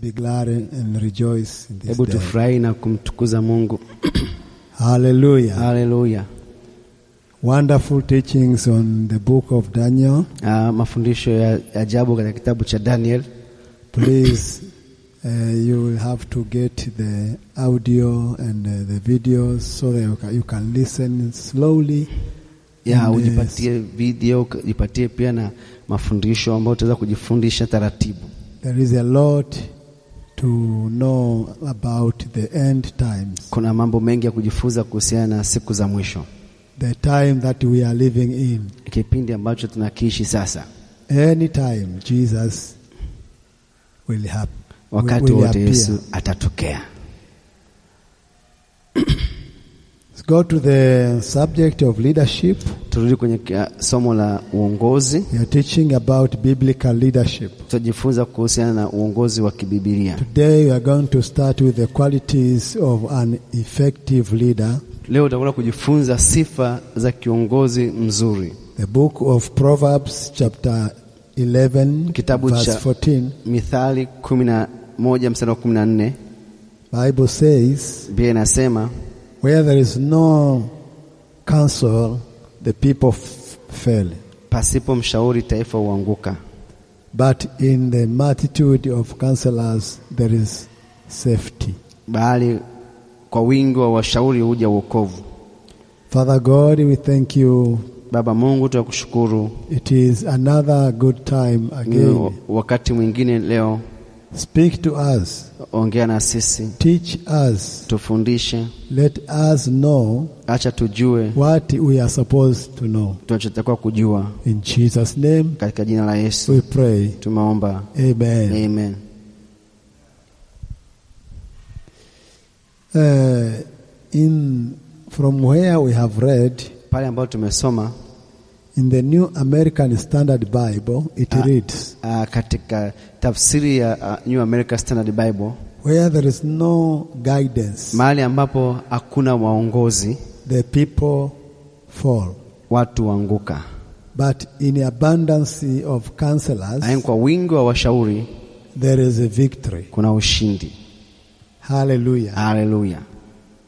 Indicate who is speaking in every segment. Speaker 1: Be glad and rejoice in this
Speaker 2: hebu
Speaker 1: day.
Speaker 2: tufurahi na kumtukuza mungu
Speaker 1: Hallelujah.
Speaker 2: haleluya
Speaker 1: Wonderful teachings on the book of Daniel.
Speaker 2: Ah, mafundisho ya ajabu katika kitabu cha daniel
Speaker 1: Please, uh, you will have to get the audio and uh, the videos so that you can, you can listen slowly.
Speaker 2: ya
Speaker 1: And, uh,
Speaker 2: ujipatie video ujipatie pia na mafundisho ambayo utaweza kujifundisha taratibu
Speaker 1: There is a lot to know about the end times,
Speaker 2: kuna mambo mengi ya kujifunza kuhusiana na siku za mwisho
Speaker 1: the time that we are living in.
Speaker 2: kipindi ambacho tunakiishi sasa
Speaker 1: Any time Jesus will, hap- will,
Speaker 2: wakati
Speaker 1: will
Speaker 2: wote
Speaker 1: appear.
Speaker 2: yesu atatokea
Speaker 1: Let's go to the subject of leadership.
Speaker 2: turudi kwenye kia- somo la uongozi
Speaker 1: We are teaching about biblical leadership.
Speaker 2: tutajifunza kuhusiana na uongozi wa kibibilia
Speaker 1: Today we are going to start with the qualities of an effective leader.
Speaker 2: leo utakwenda kujifunza sifa za kiongozi mzuri
Speaker 1: The book of Proverbs chapter 11
Speaker 2: Kitabu cha-
Speaker 1: verse 14
Speaker 2: mithali 11 mstari wa 14
Speaker 1: Bible says
Speaker 2: biblia inasema
Speaker 1: where there is no counsel the people f- fail
Speaker 2: pasipo mshauri taifa huanguka
Speaker 1: but in the multitude of counselors there is safety.
Speaker 2: bali kwa wingi wa washauri huja uokovu
Speaker 1: Father God, we thank you.
Speaker 2: baba mungu tunakushukuru
Speaker 1: It is another good time
Speaker 2: Ni
Speaker 1: again.
Speaker 2: wa- wakati mwingine leo
Speaker 1: Speak to us,
Speaker 2: ongea na sisi
Speaker 1: teach us,
Speaker 2: tufundishe
Speaker 1: let us know
Speaker 2: acha tujue
Speaker 1: what we are supposed to know.
Speaker 2: tunachotakiwa kujua
Speaker 1: In Jesus' name
Speaker 2: katika jina la yesu
Speaker 1: we pray.
Speaker 2: tumeomba
Speaker 1: Amen.
Speaker 2: amen
Speaker 1: Uh, in from where we have read
Speaker 2: pale ambayo tumesoma
Speaker 1: in the New American Standard Bible, it reads,
Speaker 2: uh, katika tafsiri ya uh, New American Standard Bible,
Speaker 1: "Where there is no guidance,
Speaker 2: mahali ambapo hakuna waongozi
Speaker 1: the people fall,
Speaker 2: watu huanguka,
Speaker 1: but in abundance of counselors,
Speaker 2: lakini kwa wingi wa washauri
Speaker 1: there is a victory."
Speaker 2: kuna ushindi.
Speaker 1: Hallelujah.
Speaker 2: Haleluya!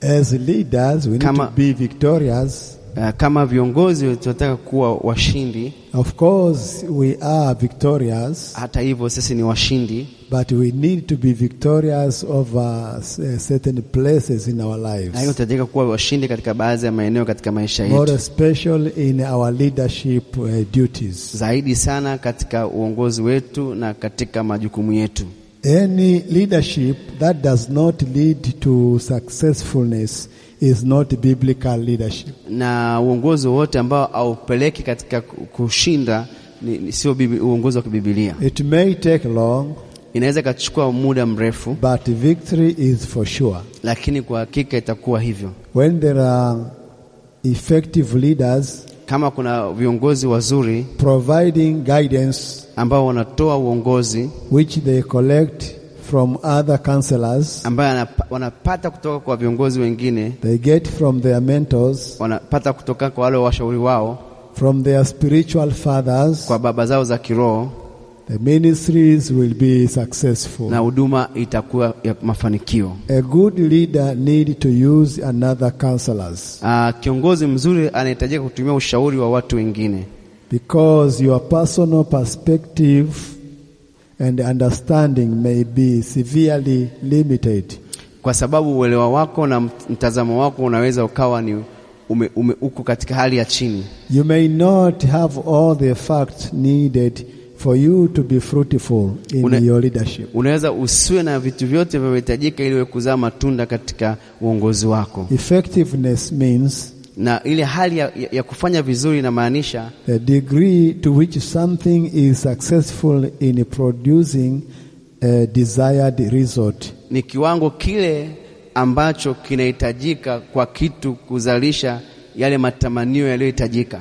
Speaker 1: As leaders, we need
Speaker 2: Kama-
Speaker 1: to be victorious.
Speaker 2: Uh, kama viongozi tunataka kuwa washindi.
Speaker 1: Of course, we are victorious,
Speaker 2: Hata hivyo sisi ni washindi,
Speaker 1: but we need to be victorious over s- uh, certain places in our
Speaker 2: lakini
Speaker 1: lives.
Speaker 2: tunahitajika kuwa washindi katika baadhi ya maeneo katika maisha
Speaker 1: More
Speaker 2: yetu,
Speaker 1: especially in our leadership uh, duties.
Speaker 2: zaidi sana katika uongozi wetu na katika majukumu yetu.
Speaker 1: Any leadership that does not lead to successfulness is not biblical leadership.
Speaker 2: na uongozi wowote ambao haupeleki katika kushinda ni, ni sio bibi, uongozi wa kibibilia.
Speaker 1: It may take long,
Speaker 2: Inaweza ikachukua muda mrefu,
Speaker 1: but victory is for sure.
Speaker 2: lakini kwa hakika itakuwa hivyo.
Speaker 1: When there are effective leaders
Speaker 2: Kama kuna viongozi wazuri
Speaker 1: providing guidance
Speaker 2: ambao wanatoa uongozi
Speaker 1: which they collect from other counselors,
Speaker 2: ambayo anapa- wanapata kutoka kwa viongozi wengine,
Speaker 1: they get from their mentors,
Speaker 2: wanapata kutoka kwa wale washauri wao,
Speaker 1: from their spiritual fathers,
Speaker 2: kwa baba zao za kiroho,
Speaker 1: the ministries will be successful.
Speaker 2: na huduma itakuwa ya mafanikio.
Speaker 1: A good leader need to use another counselors
Speaker 2: Aa, Ah, kiongozi mzuri anahitajika kutumia ushauri wa watu wengine
Speaker 1: because your personal perspective and understanding may be severely limited.
Speaker 2: kwa sababu uelewa wako na mt- mtazamo wako unaweza ukawa ni ume, ume, uko katika hali ya chini.
Speaker 1: You may not have all the facts needed for you to be fruitful in
Speaker 2: Una-
Speaker 1: your leadership.
Speaker 2: Unaweza usiwe na vitu vyote vinavyohitajika ili uwe kuzaa matunda katika uongozi wako,
Speaker 1: Effectiveness means
Speaker 2: na ile hali ya, ya ya kufanya vizuri inamaanisha
Speaker 1: the degree to which something is successful in producing a desired result.
Speaker 2: ni kiwango kile ambacho kinahitajika kwa kitu kuzalisha yale matamanio yaliyohitajika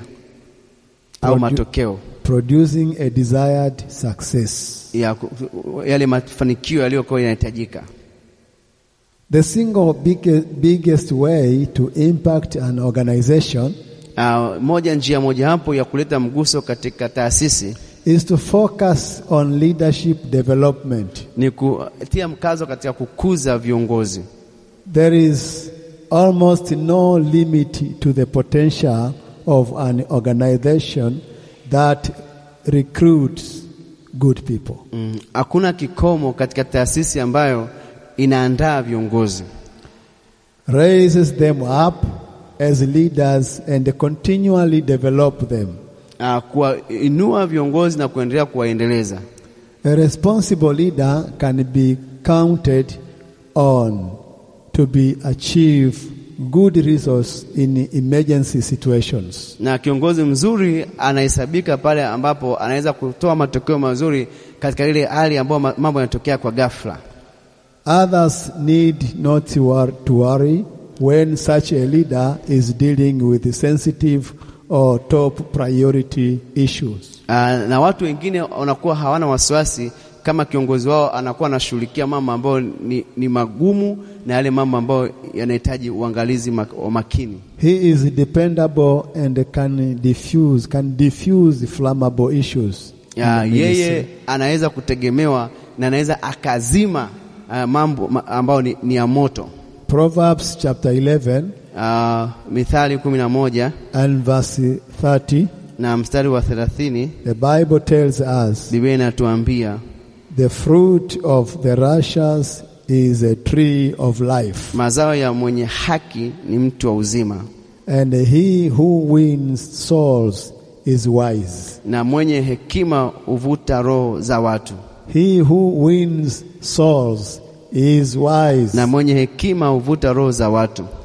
Speaker 2: au
Speaker 1: Produ-
Speaker 2: matokeo
Speaker 1: Producing a desired success.
Speaker 2: ya, ku- yale mafanikio yaliyokuwa yanahitajika.
Speaker 1: The single big, biggest way to impact an organization
Speaker 2: Ah, Uh, moja njia mojawapo ya kuleta mguso katika taasisi
Speaker 1: is to focus on leadership development.
Speaker 2: ni kutia mkazo katika kukuza viongozi.
Speaker 1: There is almost no limit to the potential of an organization that recruits good people.
Speaker 2: Mm, Hakuna kikomo katika taasisi ambayo inaandaa viongozi,
Speaker 1: Raises them up as leaders and continually develop them.
Speaker 2: Ah, kuwainua viongozi na kuendelea kuwaendeleza.
Speaker 1: A responsible leader can be counted on to be achieve good results in emergency situations.
Speaker 2: Na kiongozi mzuri anahesabika pale ambapo anaweza kutoa matokeo mazuri katika ile hali ambayo ma- mambo yanatokea kwa ghafla.
Speaker 1: Others need not to wor- to worry when such a leader is dealing with sensitive or top priority issues.
Speaker 2: Ah, na watu wengine wanakuwa hawana wasiwasi kama kiongozi wao anakuwa anashughulikia mambo ambayo ni, ni magumu na yale mambo ambayo yanahitaji uangalizi mak- wa makini.
Speaker 1: He is dependable and can diffuse can diffuse flammable issues. in
Speaker 2: Ya,
Speaker 1: the
Speaker 2: Uh, yeye
Speaker 1: ministry.
Speaker 2: anaweza kutegemewa na anaweza akazima ah, mambo ma- ambayo ni, ni ya moto.
Speaker 1: Proverbs chapter 11
Speaker 2: Ah, Mithali kumi na moja
Speaker 1: and verse 30
Speaker 2: na mstari wa thelathini
Speaker 1: The Bible tells us
Speaker 2: Biblia inatuambia
Speaker 1: the fruit of the righteous is a tree of life,
Speaker 2: mazao ya mwenye haki ni mti wa uzima
Speaker 1: and he who wins souls is wise.
Speaker 2: na mwenye hekima huvuta roho za watu
Speaker 1: He who wins souls is wise.
Speaker 2: na mwenye hekima huvuta roho za watu. Ah.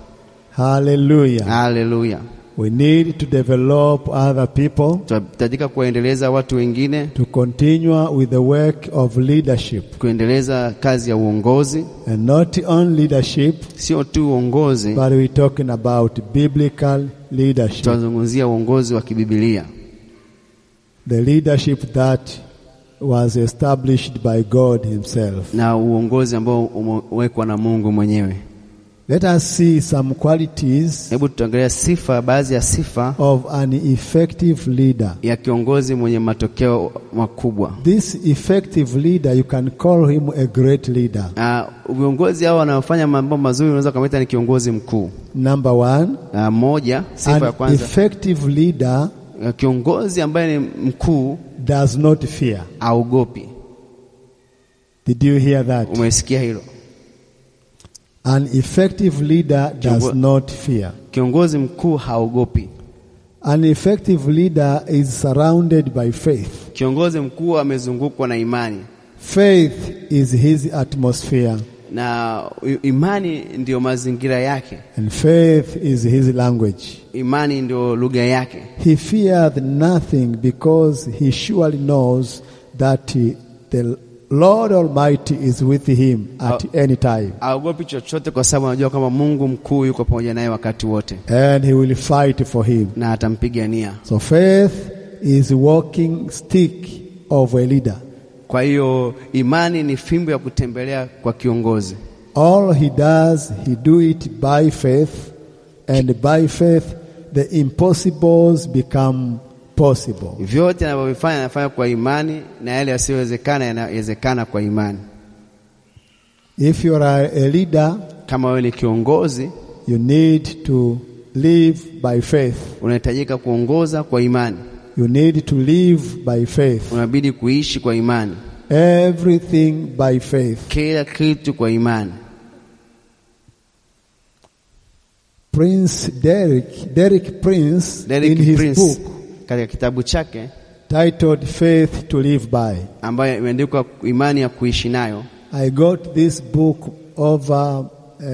Speaker 1: Hallelujah.
Speaker 2: Haleluya!
Speaker 1: We need to develop other people
Speaker 2: Tunahitajika kuwaendeleza watu wengine,
Speaker 1: to continue with the work of leadership,
Speaker 2: kuendeleza kazi ya uongozi,
Speaker 1: and not on leadership,
Speaker 2: sio tu uongozi,
Speaker 1: but we're talking about biblical leadership.
Speaker 2: tunazungumzia uongozi wa kibibilia,
Speaker 1: the leadership that was established by God Himself.
Speaker 2: na uongozi ambao umewekwa na Mungu mwenyewe.
Speaker 1: Let us see some qualities
Speaker 2: Hebu tutaangalia sifa, baadhi ya sifa
Speaker 1: of an effective leader.
Speaker 2: ya kiongozi mwenye matokeo makubwa.
Speaker 1: This effective leader, you can call him a great leader.
Speaker 2: Ah, viongozi hao wanaofanya mambo mazuri unaweza ukamwita ni kiongozi mkuu.
Speaker 1: Number one,
Speaker 2: Ah, moja, sifa ya
Speaker 1: an
Speaker 2: kwanza,
Speaker 1: effective leader
Speaker 2: ah, kiongozi ambaye ni mkuu
Speaker 1: does not fear.
Speaker 2: aogopi.
Speaker 1: Did you hear that?
Speaker 2: Umesikia hilo?
Speaker 1: An effective leader does
Speaker 2: Kiongo-
Speaker 1: not fear.
Speaker 2: Kiongozi mkuu haogopi.
Speaker 1: An effective leader is surrounded by faith.
Speaker 2: Kiongozi mkuu amezungukwa na imani,
Speaker 1: Faith is his atmosphere,
Speaker 2: na i- imani ndiyo mazingira yake,
Speaker 1: and faith is his language.
Speaker 2: imani ndiyo lugha yake.
Speaker 1: He feared nothing because he surely knows that he- the Lord Almighty is with him at
Speaker 2: Uh,
Speaker 1: any time.
Speaker 2: Haogopi chochote kwa sababu anajua kwamba Mungu mkuu yuko pamoja naye wakati wote
Speaker 1: And he will fight for him.
Speaker 2: na atampigania.
Speaker 1: So faith is walking stick of a leader.
Speaker 2: Kwa hiyo imani ni fimbo ya kutembelea kwa kiongozi.
Speaker 1: All he does, he do it by faith, and by faith the impossibles become possible.
Speaker 2: Vyote anavyovifanya anafanya kwa imani, na yale yasiyowezekana yanawezekana kwa imani.
Speaker 1: If you are a leader,
Speaker 2: Kama wewe ni kiongozi,
Speaker 1: you need to live by faith.
Speaker 2: unahitajika kuongoza kwa imani,
Speaker 1: You need to live by faith.
Speaker 2: unabidi kuishi kwa imani,
Speaker 1: Everything by faith.
Speaker 2: kila kitu kwa imani.
Speaker 1: Prince Derek, Derek Prince,
Speaker 2: Derek
Speaker 1: in his
Speaker 2: Prince
Speaker 1: book
Speaker 2: katika kitabu chake
Speaker 1: titled Faith to Live By,
Speaker 2: ambayo imeandikwa imani ya kuishi nayo.
Speaker 1: I got this book over uh,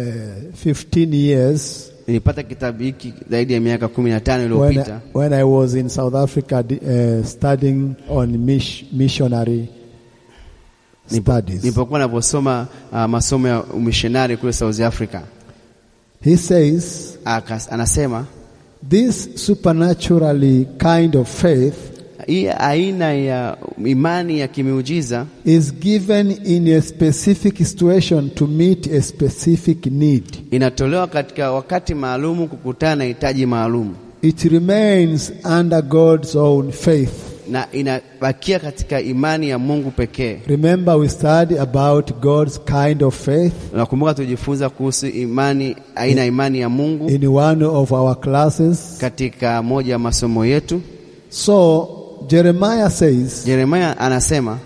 Speaker 1: 15 years
Speaker 2: Nilipata kitabu hiki zaidi ya miaka kumi na tano
Speaker 1: when,
Speaker 2: iliyopita
Speaker 1: when I was in South Africa uh, studying on mish, missionary studies.
Speaker 2: nilipokuwa navyosoma uh, masomo ya umishonari kule South Africa.
Speaker 1: He says,
Speaker 2: Akas, anasema
Speaker 1: this supernaturally kind of faith
Speaker 2: hii aina ya imani ya kimiujiza
Speaker 1: is given in a specific situation to meet a specific need.
Speaker 2: inatolewa katika wakati maalumu kukutana na hitaji maalumu,
Speaker 1: It remains under God's own faith.
Speaker 2: na inabakia katika imani ya Mungu pekee.
Speaker 1: Remember, we studied about God's kind of faith
Speaker 2: Nakumbuka tujifunza kuhusu imani, aina ya imani ya Mungu
Speaker 1: in one of our classes.
Speaker 2: katika moja ya masomo yetu.
Speaker 1: So, Jeremiah says,
Speaker 2: Yeremia anasema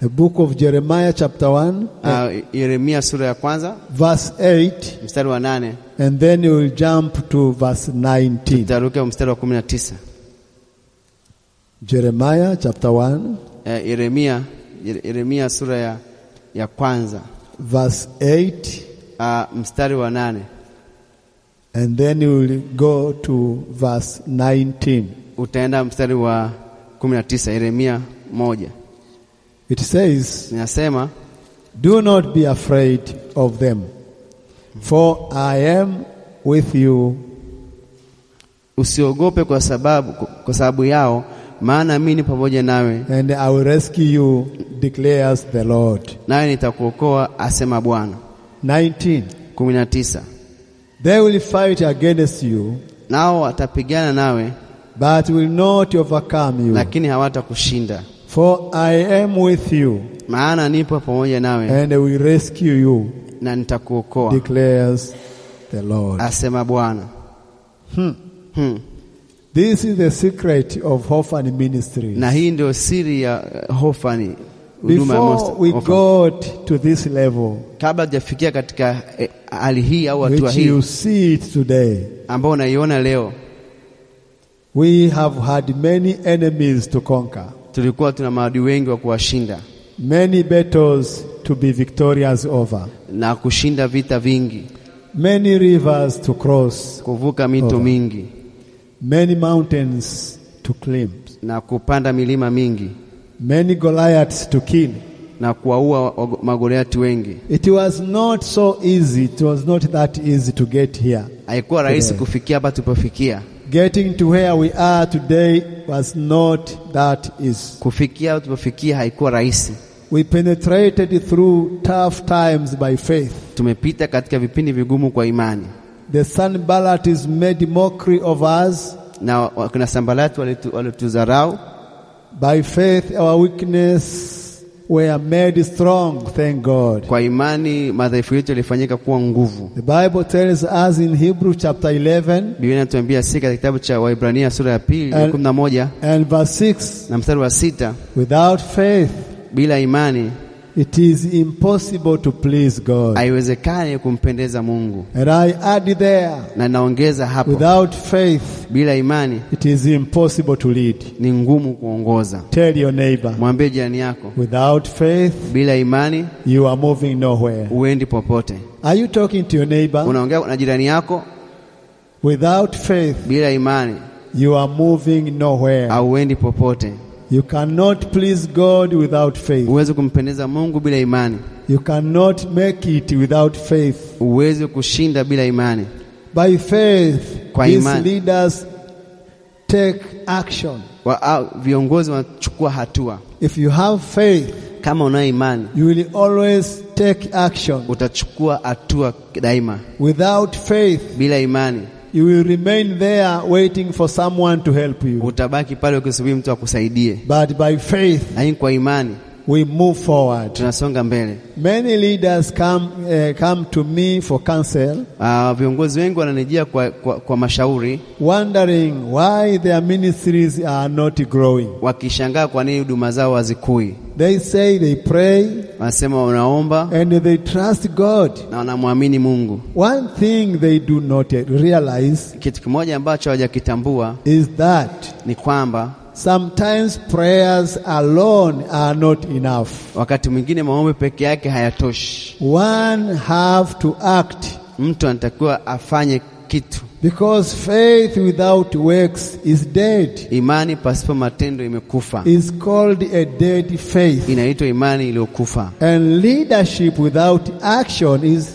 Speaker 1: the book of Jeremiah, chapter 1,
Speaker 2: uh, Yeremia sura ya kwanza
Speaker 1: verse 8,
Speaker 2: mstari wa nane
Speaker 1: and then you will jump to verse 19.
Speaker 2: taruka mstari wa kumi na tisa
Speaker 1: Jeremiah, chapter 1,
Speaker 2: Eh, Yeremia Yere- Yeremia sura ya, ya kwanza
Speaker 1: verse 8,
Speaker 2: uh, mstari wa nane
Speaker 1: and then you will go to verse 19.
Speaker 2: utaenda mstari wa kumi na tisa Yeremia moja
Speaker 1: It says,
Speaker 2: inasema
Speaker 1: Do not be afraid of them, for I am with you.
Speaker 2: usiogope kwa sababu, kwa sababu yao maana mimi ni pamoja nawe
Speaker 1: And I will rescue you, declares the Lord.
Speaker 2: nawe nitakuokoa asema Bwana
Speaker 1: 19.
Speaker 2: kumi na tisa
Speaker 1: They will fight against you,
Speaker 2: nao watapigana nawe
Speaker 1: but will not overcome you.
Speaker 2: lakini hawatakushinda
Speaker 1: For I am with you,
Speaker 2: maana nipo pamoja nawe
Speaker 1: and I will rescue you,
Speaker 2: na nitakuokoa
Speaker 1: declares the Lord.
Speaker 2: asema Bwana hmm.
Speaker 1: This is the secret of Hoffman Ministry.
Speaker 2: na hii ndio siri ya eh, hofani huduma ya
Speaker 1: Before
Speaker 2: Most-
Speaker 1: we
Speaker 2: Hofani.
Speaker 1: got to this level,
Speaker 2: kabla tujafikia katika eh, hali hii au hatua
Speaker 1: which you
Speaker 2: hii
Speaker 1: see it today,
Speaker 2: ambayo unaiona leo,
Speaker 1: We have had many enemies to conquer,
Speaker 2: tulikuwa tuna maadui wengi wa kuwashinda
Speaker 1: many battles to be victorious over,
Speaker 2: na kushinda vita vingi,
Speaker 1: many rivers to cross,
Speaker 2: kuvuka mito mingi
Speaker 1: many mountains to climb,
Speaker 2: na kupanda milima mingi
Speaker 1: many Goliaths to kill.
Speaker 2: na kuwaua wa- magoliati wengi.
Speaker 1: It was not so easy, it was not that easy to get here.
Speaker 2: Haikuwa rahisi
Speaker 1: Today.
Speaker 2: kufikia hapa tulipofikia.
Speaker 1: Getting to where we are today was not that easy.
Speaker 2: Kufikia hapa tulipofikia haikuwa rahisi.
Speaker 1: We penetrated through tough times by faith.
Speaker 2: Tumepita katika vipindi vigumu kwa imani,
Speaker 1: The Sanballat is made mockery of us.
Speaker 2: na wa- wakina Sambalati walitu- walitudharau
Speaker 1: By faith, our weakness were made strong, thank God.
Speaker 2: kwa imani, madhaifu yetu yalifanyika kuwa nguvu.
Speaker 1: The Bible tells us in Hebrew chapter 11
Speaker 2: Biblia inatuambia si katika kitabu cha Waibrania sura ya pili ya
Speaker 1: And-
Speaker 2: kumi na moja
Speaker 1: and verse 6
Speaker 2: na mstari wa sita
Speaker 1: without faith,
Speaker 2: bila imani
Speaker 1: it is impossible to please God.
Speaker 2: haiwezekani kumpendeza Mungu.
Speaker 1: And I add there,
Speaker 2: Na naongeza hapo,
Speaker 1: without faith,
Speaker 2: bila imani
Speaker 1: it is impossible to lead.
Speaker 2: ni ngumu kuongoza.
Speaker 1: Tell your neighbor,
Speaker 2: Mwambie jirani yako,
Speaker 1: without faith,
Speaker 2: bila imani
Speaker 1: you are moving nowhere.
Speaker 2: huendi popote.
Speaker 1: Are you talking to your neighbor?
Speaker 2: Unaongea na jirani yako,
Speaker 1: Without faith,
Speaker 2: bila imani
Speaker 1: you are moving nowhere.
Speaker 2: hauendi popote.
Speaker 1: You cannot please God without faith.
Speaker 2: Huwezi kumpendeza Mungu bila imani,
Speaker 1: You cannot make it without faith.
Speaker 2: huwezi kushinda bila imani.
Speaker 1: By faith,
Speaker 2: Kwa
Speaker 1: these
Speaker 2: imani.
Speaker 1: leaders take action.
Speaker 2: Wa, au, viongozi wanachukua hatua.
Speaker 1: If you have faith,
Speaker 2: Kama unayo imani
Speaker 1: you will always take action.
Speaker 2: utachukua hatua daima.
Speaker 1: Without faith,
Speaker 2: Bila imani
Speaker 1: you will remain there waiting for someone to help you.
Speaker 2: utabaki pale ukisubiri mtu akusaidie,
Speaker 1: But by faith,
Speaker 2: lakini kwa imani
Speaker 1: we move forward.
Speaker 2: tunasonga mbele.
Speaker 1: Many leaders come, uh, come to me for counsel,
Speaker 2: Uh, viongozi wengi wananijia kwa, kwa, kwa mashauri
Speaker 1: wondering why their ministries are not growing.
Speaker 2: wakishangaa kwa nini huduma zao hazikui.
Speaker 1: They say they pray,
Speaker 2: Wanasema wanaomba
Speaker 1: and they trust God.
Speaker 2: na wanamwamini Mungu.
Speaker 1: One thing they do not yet realize
Speaker 2: Kitu kimoja ambacho hawajakitambua
Speaker 1: is that
Speaker 2: ni kwamba
Speaker 1: sometimes prayers alone are not enough.
Speaker 2: wakati mwingine maombi peke yake hayatoshi,
Speaker 1: One have to act
Speaker 2: mtu anatakiwa afanye kitu.
Speaker 1: because faith without works is dead.
Speaker 2: Imani pasipo matendo imekufa,
Speaker 1: Is called a dead faith.
Speaker 2: inaitwa imani iliyokufa.
Speaker 1: And leadership without action is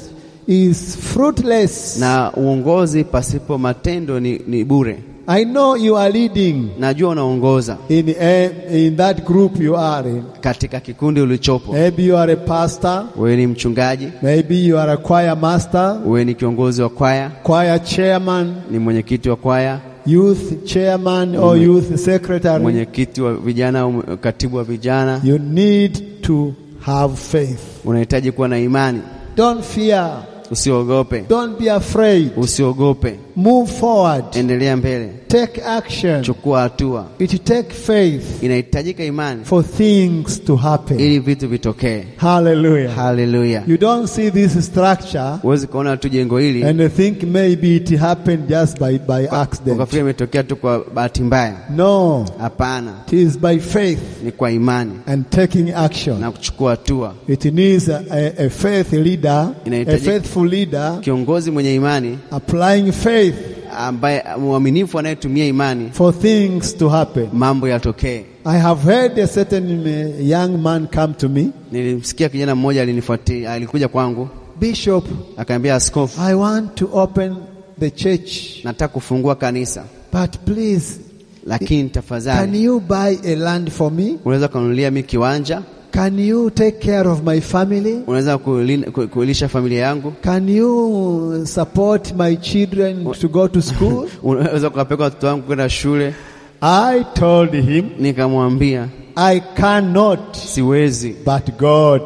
Speaker 1: is fruitless.
Speaker 2: na uongozi pasipo matendo ni, ni bure.
Speaker 1: I know you are leading
Speaker 2: Najua unaongoza
Speaker 1: in a, in that group you are in.
Speaker 2: katika kikundi ulichopo,
Speaker 1: Maybe you are a pastor.
Speaker 2: wewe ni mchungaji,
Speaker 1: Maybe you are a choir master,
Speaker 2: wewe ni kiongozi wa kwaya,
Speaker 1: choir chairman,
Speaker 2: ni mwenyekiti wa kwaya,
Speaker 1: youth chairman or youth secretary,
Speaker 2: mwenyekiti wa vijana au katibu wa vijana,
Speaker 1: you need to have faith.
Speaker 2: unahitaji kuwa na imani.
Speaker 1: Don't fear.
Speaker 2: Usiogope,
Speaker 1: Don't be afraid.
Speaker 2: usiogope,
Speaker 1: Move forward.
Speaker 2: endelea mbele,
Speaker 1: Take action.
Speaker 2: chukua hatua.
Speaker 1: It takes faith
Speaker 2: Inahitajika imani
Speaker 1: for things to happen.
Speaker 2: ili vitu vitokee.
Speaker 1: Hallelujah.
Speaker 2: Haleluya!
Speaker 1: You don't see this structure
Speaker 2: Huwezi kuona tu jengo hili
Speaker 1: and think maybe it happened just by, by accident.
Speaker 2: ukafikiri imetokea tu kwa bahati mbaya.
Speaker 1: No,
Speaker 2: Hapana,
Speaker 1: it is by faith
Speaker 2: ni kwa imani
Speaker 1: and taking action.
Speaker 2: na kuchukua hatua.
Speaker 1: It needs a, a, a faith leader, a
Speaker 2: Inahitajika-
Speaker 1: faithful leader
Speaker 2: Kiongozi mwenye imani
Speaker 1: applying faith
Speaker 2: ambaye mwaminifu anayetumia imani,
Speaker 1: for things to happen.
Speaker 2: mambo yatokee.
Speaker 1: I have heard a certain uh, young man come to me,
Speaker 2: Nilimsikia kijana mmoja alinifuatia, alikuja kwangu
Speaker 1: Bishop,
Speaker 2: akaniambia, askofu,
Speaker 1: I want to open the church,
Speaker 2: nataka kufungua kanisa,
Speaker 1: but please,
Speaker 2: lakini
Speaker 1: can
Speaker 2: tafadhali
Speaker 1: you buy a land for me?
Speaker 2: unaweza kununulia mi kiwanja,
Speaker 1: Can you take care of my family?
Speaker 2: unaweza kulin- ku- kuilisha familia yangu,
Speaker 1: Can you support my children to go to school?
Speaker 2: unaweza kuwapeka watoto wangu kwenda shule.
Speaker 1: I told him,
Speaker 2: Nikamwambia
Speaker 1: I cannot,
Speaker 2: siwezi,
Speaker 1: but God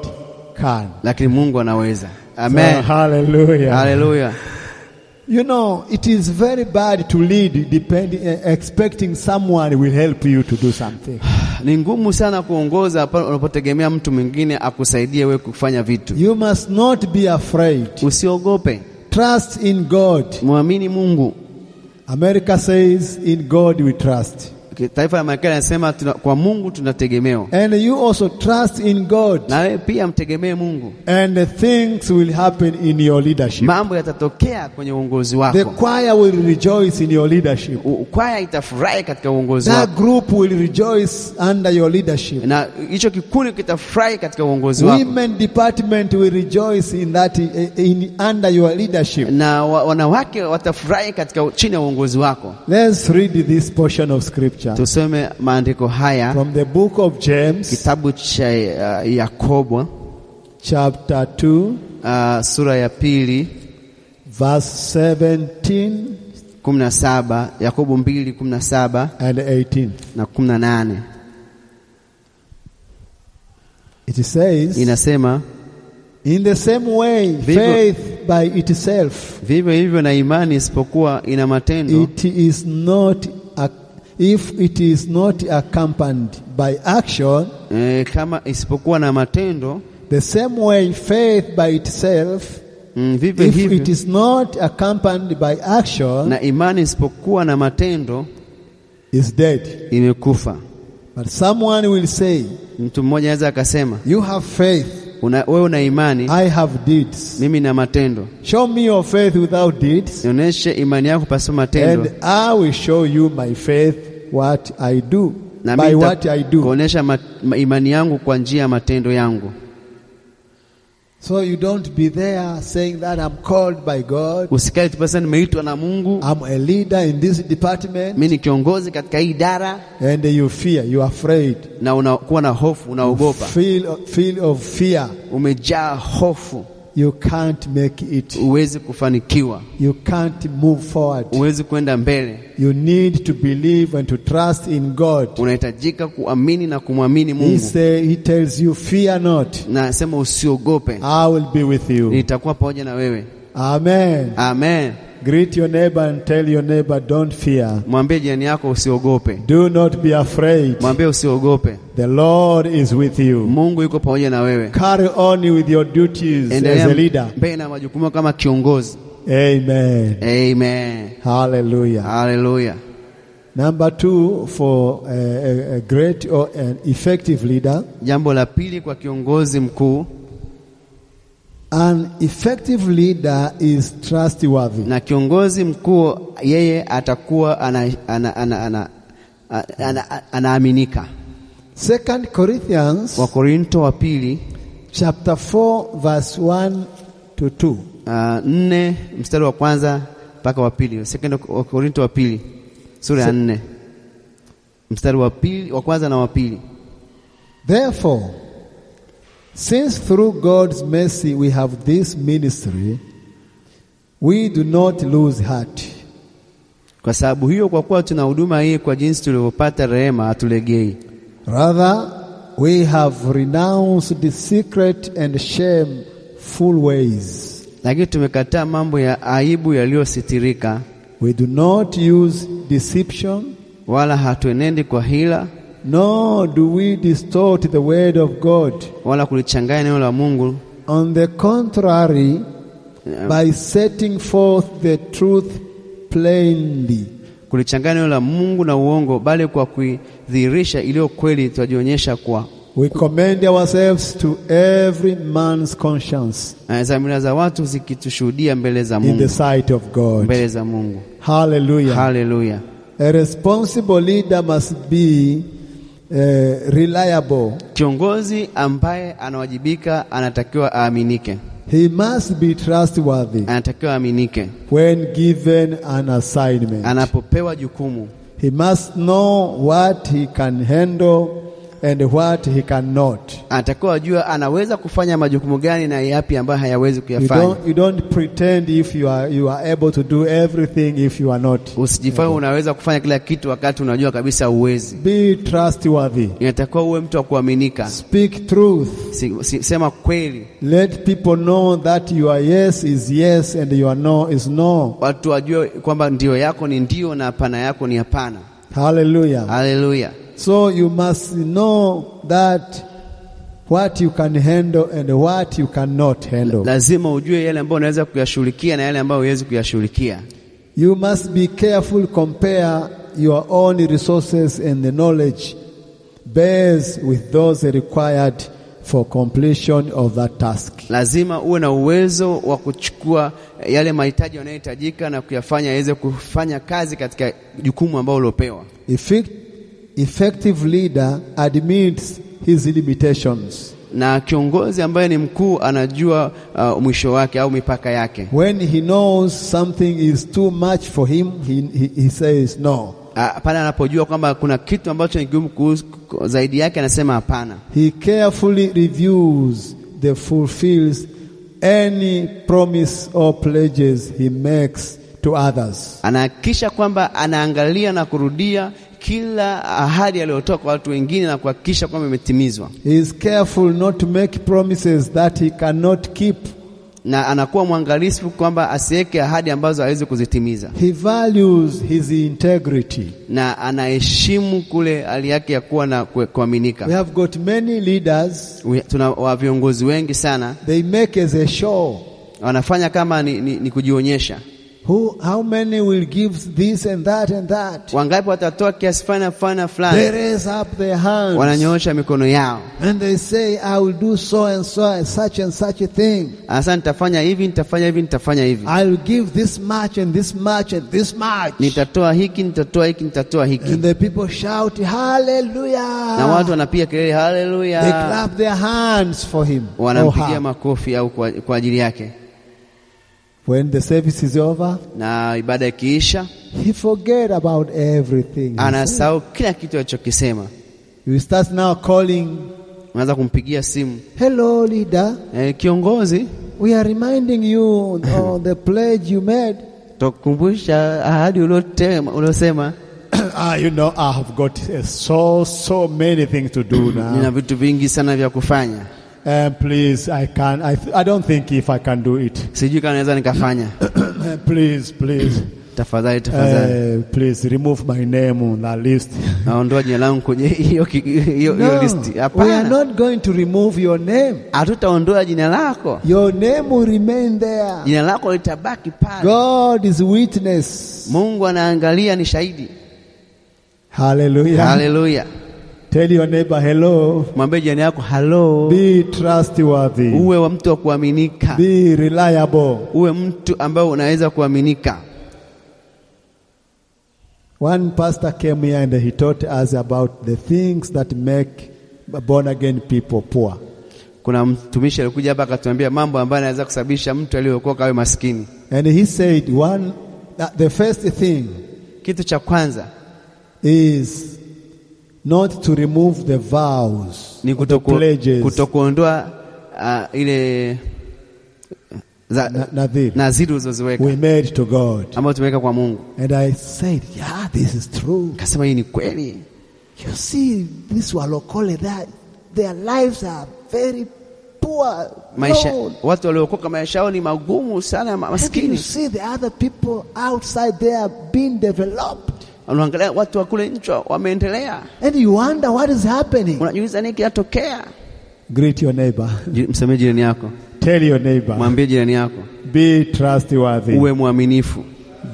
Speaker 1: can.
Speaker 2: lakini Mungu anaweza.
Speaker 1: So,
Speaker 2: Amen,
Speaker 1: hallelujah.
Speaker 2: haleluya.
Speaker 1: You know, it is very bad to lead depending, uh, expecting someone will help you to do something.
Speaker 2: Ni ngumu sana kuongoza pale unapotegemea mtu mwingine akusaidie wewe kufanya vitu.
Speaker 1: You must not be afraid.
Speaker 2: Usiogope,
Speaker 1: Trust in God.
Speaker 2: mwamini Mungu.
Speaker 1: America says, in God we trust.
Speaker 2: Taifa la Marekani anasema tuna, kwa Mungu tunategemewa,
Speaker 1: And you also trust in God.
Speaker 2: na wewe pia mtegemee Mungu.
Speaker 1: And the things will happen in your leadership.
Speaker 2: Mambo yatatokea kwenye uongozi
Speaker 1: The
Speaker 2: wako.
Speaker 1: choir will rejoice in your leadership.
Speaker 2: U- Kwaya itafurahi katika uongozi
Speaker 1: That
Speaker 2: wako,
Speaker 1: group will rejoice under your leadership.
Speaker 2: na hicho kikundi kitafurahi katika uongozi wako,
Speaker 1: Women department will rejoice in that in under your leadership.
Speaker 2: na wa, wanawake watafurahi katika chini ya uongozi wako.
Speaker 1: Let's read this portion of scripture
Speaker 2: Tusome maandiko haya,
Speaker 1: from the book of James,
Speaker 2: kitabu cha uh, Yakobo
Speaker 1: chapter 2,
Speaker 2: uh, sura ya pili
Speaker 1: verse 17
Speaker 2: kumi na saba Yakobo mbili kumi na saba
Speaker 1: and 18.
Speaker 2: na kumi na nane
Speaker 1: It says,
Speaker 2: inasema
Speaker 1: In the same way,
Speaker 2: Vivyo-
Speaker 1: faith by itself,
Speaker 2: vivyo hivyo na imani isipokuwa ina matendo
Speaker 1: it is not, ac- if it is not accompanied by action,
Speaker 2: e, kama isipokuwa na matendo
Speaker 1: the same way faith by itself,
Speaker 2: mm, vivyo
Speaker 1: if it
Speaker 2: hivyo
Speaker 1: is not accompanied by action,
Speaker 2: na imani isipokuwa na matendo
Speaker 1: is dead.
Speaker 2: imekufa.
Speaker 1: But someone will say,
Speaker 2: Mtu mmoja anaweza akasema
Speaker 1: You have faith,
Speaker 2: una, wewe una imani,
Speaker 1: I have deeds.
Speaker 2: mimi na matendo.
Speaker 1: Show me your faith without deeds,
Speaker 2: Nionyeshe imani yako pasipo matendo,
Speaker 1: and I will show you my faith, what I do,
Speaker 2: na
Speaker 1: by
Speaker 2: mimi
Speaker 1: what I do.
Speaker 2: nitakuonyesha ma, ma- imani yangu kwa njia ya matendo yangu.
Speaker 1: So you don't be there saying that I'm called by God,
Speaker 2: Usikae tu pesa, nimeitwa na Mungu,
Speaker 1: I'm a leader in this department,
Speaker 2: mimi ni kiongozi katika hii idara,
Speaker 1: and you fear, you're afraid,
Speaker 2: na unakuwa na hofu, unaogopa,
Speaker 1: feel, feel of fear.
Speaker 2: umejaa hofu,
Speaker 1: You can't make it.
Speaker 2: huwezi kufanikiwa,
Speaker 1: You can't move forward.
Speaker 2: huwezi kwenda mbele.
Speaker 1: You need to believe and to trust in God.
Speaker 2: Unahitajika kuamini na kumwamini
Speaker 1: He
Speaker 2: Mungu,
Speaker 1: say, He tells you, fear not.
Speaker 2: na sema usiogope,
Speaker 1: I will be with you.
Speaker 2: nitakuwa pamoja na wewe.
Speaker 1: Amen.
Speaker 2: Amen.
Speaker 1: Greet your neighbor and tell your neighbor, don't fear.
Speaker 2: Mwambie jirani yako usiogope,
Speaker 1: Do not be afraid.
Speaker 2: mwambie usiogope,
Speaker 1: The Lord is with you.
Speaker 2: Mungu yuko pamoja na wewe.
Speaker 1: Carry on with your duties as a
Speaker 2: Endelea
Speaker 1: leader.
Speaker 2: mbele na majukumu kama kiongozi.
Speaker 1: Amen.
Speaker 2: Amen,
Speaker 1: Hallelujah.
Speaker 2: haleluya.
Speaker 1: Number two, for a, a- a great or an effective leader,
Speaker 2: Jambo la pili kwa kiongozi mkuu,
Speaker 1: an effective leader is trustworthy.
Speaker 2: na kiongozi mkuu yeye atakuwa anaaminika ana, ana, ana, ana, ana, anaaminika.
Speaker 1: Second Corinthians
Speaker 2: Wakorinto wa pili
Speaker 1: chapter 4 verse 1 to 2.
Speaker 2: uh, nne mstari wa kwanza mpaka wa pili. Second Wakorinto wa pili sura ya nne mstari wa pili wa kwanza na wa pili.
Speaker 1: Therefore, since through God's mercy we have this ministry, we do not lose heart.
Speaker 2: Kwa sababu hiyo, kwa kuwa tuna huduma hii kwa jinsi tulivyopata rehema, hatulegei
Speaker 1: Rather, we have renounced the secret and shameful ways.
Speaker 2: lakini tumekataa mambo ya aibu yaliyositirika,
Speaker 1: We do not use deception,
Speaker 2: wala hatuenendi kwa hila
Speaker 1: nor do we distort the word of God.
Speaker 2: wala kulichanganya neno la Mungu,
Speaker 1: On the contrary, by setting forth the truth plainly,
Speaker 2: kulichanganya neno la Mungu na uongo, bali kwa kuidhihirisha iliyo kweli twajionyesha kwa
Speaker 1: we commend ourselves to every man's conscience
Speaker 2: eh, dhamira za watu zikitushuhudia mbele za
Speaker 1: in the
Speaker 2: Mungu,
Speaker 1: sight of God.
Speaker 2: mbele za Mungu.
Speaker 1: Hallelujah.
Speaker 2: Haleluya!
Speaker 1: A responsible leader must be uh, reliable.
Speaker 2: Kiongozi ambaye anawajibika anatakiwa aaminike,
Speaker 1: He must be trustworthy
Speaker 2: anatakiwa aaminike
Speaker 1: when given an assignment.
Speaker 2: anapopewa jukumu,
Speaker 1: he must know what he can handle and what he cannot.
Speaker 2: anatakiwa ajua anaweza kufanya majukumu gani na yapi ambayo hayawezi
Speaker 1: You
Speaker 2: kuyafanya.
Speaker 1: don't, you don't pretend if you are, you are able to do everything if you are not.
Speaker 2: Usijifanye unaweza kufanya kila kitu wakati unajua kabisa huwezi.
Speaker 1: Be trustworthy.
Speaker 2: Inatakiwa uwe mtu wa kuaminika.
Speaker 1: Speak truth.
Speaker 2: Si, si, sema kweli,
Speaker 1: Let people know that your yes is yes and your no is no.
Speaker 2: watu wajue kwamba ndio yako ni ndio na hapana yako ni hapana.
Speaker 1: Hallelujah.
Speaker 2: Haleluya!
Speaker 1: So you must know that what you can handle and what you cannot handle.
Speaker 2: Lazima ujue yale ambayo unaweza kuyashughulikia na yale ambayo huwezi kuyashughulikia.
Speaker 1: You must be careful compare your own resources and the knowledge base with those required for completion of that task.
Speaker 2: Lazima uwe na uwezo wa kuchukua eh, yale mahitaji yanayohitajika na kuyafanya yaweze kufanya kazi katika jukumu ambalo uliopewa.
Speaker 1: Effect, effective leader admits his limitations.
Speaker 2: na kiongozi ambaye ni mkuu anajua uh, mwisho wake au mipaka yake.
Speaker 1: When he knows something is too much for him, he, he, he says no.
Speaker 2: Uh, pale anapojua kwamba kuna kitu ambacho ni kigumu kuhusu- ku- zaidi yake, anasema hapana.
Speaker 1: He carefully reviews the fulfills any promise or pledges he makes to others.
Speaker 2: Anahakikisha kwamba anaangalia na kurudia kila ahadi aliyotoa kwa watu wengine na kuhakikisha kwamba imetimizwa,
Speaker 1: He is careful not to make promises that he cannot keep.
Speaker 2: na anakuwa mwangalifu kwamba asiweke ahadi ambazo hawezi kuzitimiza,
Speaker 1: He values his integrity.
Speaker 2: na anaheshimu kule hali yake ya kuwa na kue-
Speaker 1: We
Speaker 2: kuaminika.
Speaker 1: have got many leaders,
Speaker 2: We- Tuna wa viongozi wengi sana
Speaker 1: they make as a show.
Speaker 2: wanafanya kama ni, ni, ni kujionyesha
Speaker 1: Who, how many will give this and that and that?
Speaker 2: wangapi watatoa kiasi fulani na fulani na
Speaker 1: They
Speaker 2: fulani,
Speaker 1: raise up their hands
Speaker 2: wananyoosha mikono yao,
Speaker 1: and they say, I will do so and so and such and such a thing.
Speaker 2: hasa nitafanya hivi, nitafanya hivi, nitafanya hivi,
Speaker 1: I'll give this much and this much and this much.
Speaker 2: nitatoa hiki, nitatoa hiki, nitatoa hiki,
Speaker 1: And the people shout,
Speaker 2: na watu
Speaker 1: Hallelujah!
Speaker 2: wanapiga kelele
Speaker 1: They
Speaker 2: haleluya,
Speaker 1: clap their hands for him. Oh, Or
Speaker 2: wanampigia
Speaker 1: her.
Speaker 2: makofi au kwa, kwa ajili yake.
Speaker 1: When the service is over,
Speaker 2: Na ibada ikiisha,
Speaker 1: he forget about everything.
Speaker 2: anasahau kila kitu alichokisema.
Speaker 1: You start now calling,
Speaker 2: Unaanza kumpigia simu
Speaker 1: Hello, leader.
Speaker 2: e, kiongozi,
Speaker 1: We are reminding you of the pledge you made.
Speaker 2: tukukumbusha ahadi uliotema- uliosema.
Speaker 1: ah, you know, I have got uh, so, so many things to do
Speaker 2: Nina
Speaker 1: now.
Speaker 2: vitu vingi sana vya kufanya,
Speaker 1: And please, I can I, th- I don't think if I can do it. Uh,
Speaker 2: sijui kama naweza nikafanya.
Speaker 1: please, please.
Speaker 2: Tafadhali, tafadhali.
Speaker 1: Uh, please remove my name on that list.
Speaker 2: naondoa jina langu kwenye hiyo ki- hiyo hiyo listi.
Speaker 1: we are
Speaker 2: Hapana,
Speaker 1: not going to remove your name.
Speaker 2: hatutaondoa jina lako,
Speaker 1: Your name will remain there.
Speaker 2: jina lako litabaki pale.
Speaker 1: God is witness.
Speaker 2: Mungu anaangalia, ni shahidi.
Speaker 1: Hallelujah.
Speaker 2: Haleluya!
Speaker 1: Tell your neighbor hello.
Speaker 2: Mwambie jirani yako halo,
Speaker 1: Be trustworthy.
Speaker 2: uwe wa mtu wa kuaminika,
Speaker 1: Be reliable.
Speaker 2: uwe mtu ambao unaweza kuaminika.
Speaker 1: One pastor came here and he taught us about the things that make born again people poor.
Speaker 2: Kuna mtumishi alikuja hapa akatuambia mambo ambayo anaweza kusababisha mtu aliyeokoka awe maskini.
Speaker 1: And he said one uh, the first thing
Speaker 2: Kitu cha kwanza
Speaker 1: is not to remove the vows
Speaker 2: ni
Speaker 1: or the
Speaker 2: kutoku,
Speaker 1: pledges
Speaker 2: kutokuondoa uh, ile za,
Speaker 1: na- nadhiri
Speaker 2: na zile ulizoziweka
Speaker 1: we made to God.
Speaker 2: ambazo tumeweka kwa Mungu.
Speaker 1: And I said, yeah, this is true.
Speaker 2: Kasema hii ni kweli.
Speaker 1: You see, this walokole, that their lives are very poor.
Speaker 2: Maisha,
Speaker 1: low.
Speaker 2: watu waliokoka maisha yao ni magumu sana, ma-
Speaker 1: And you
Speaker 2: maskini.
Speaker 1: see the other people outside there being developed.
Speaker 2: Unaangalia watu wa kule nchwa wameendelea,
Speaker 1: And you wonder what is happening.
Speaker 2: unajiuliza nini kinatokea?
Speaker 1: Greet your neighbor.
Speaker 2: Ji- Msamee jirani yako,
Speaker 1: Tell your neighbor.
Speaker 2: mwambie jirani yako,
Speaker 1: Be trustworthy.
Speaker 2: uwe mwaminifu,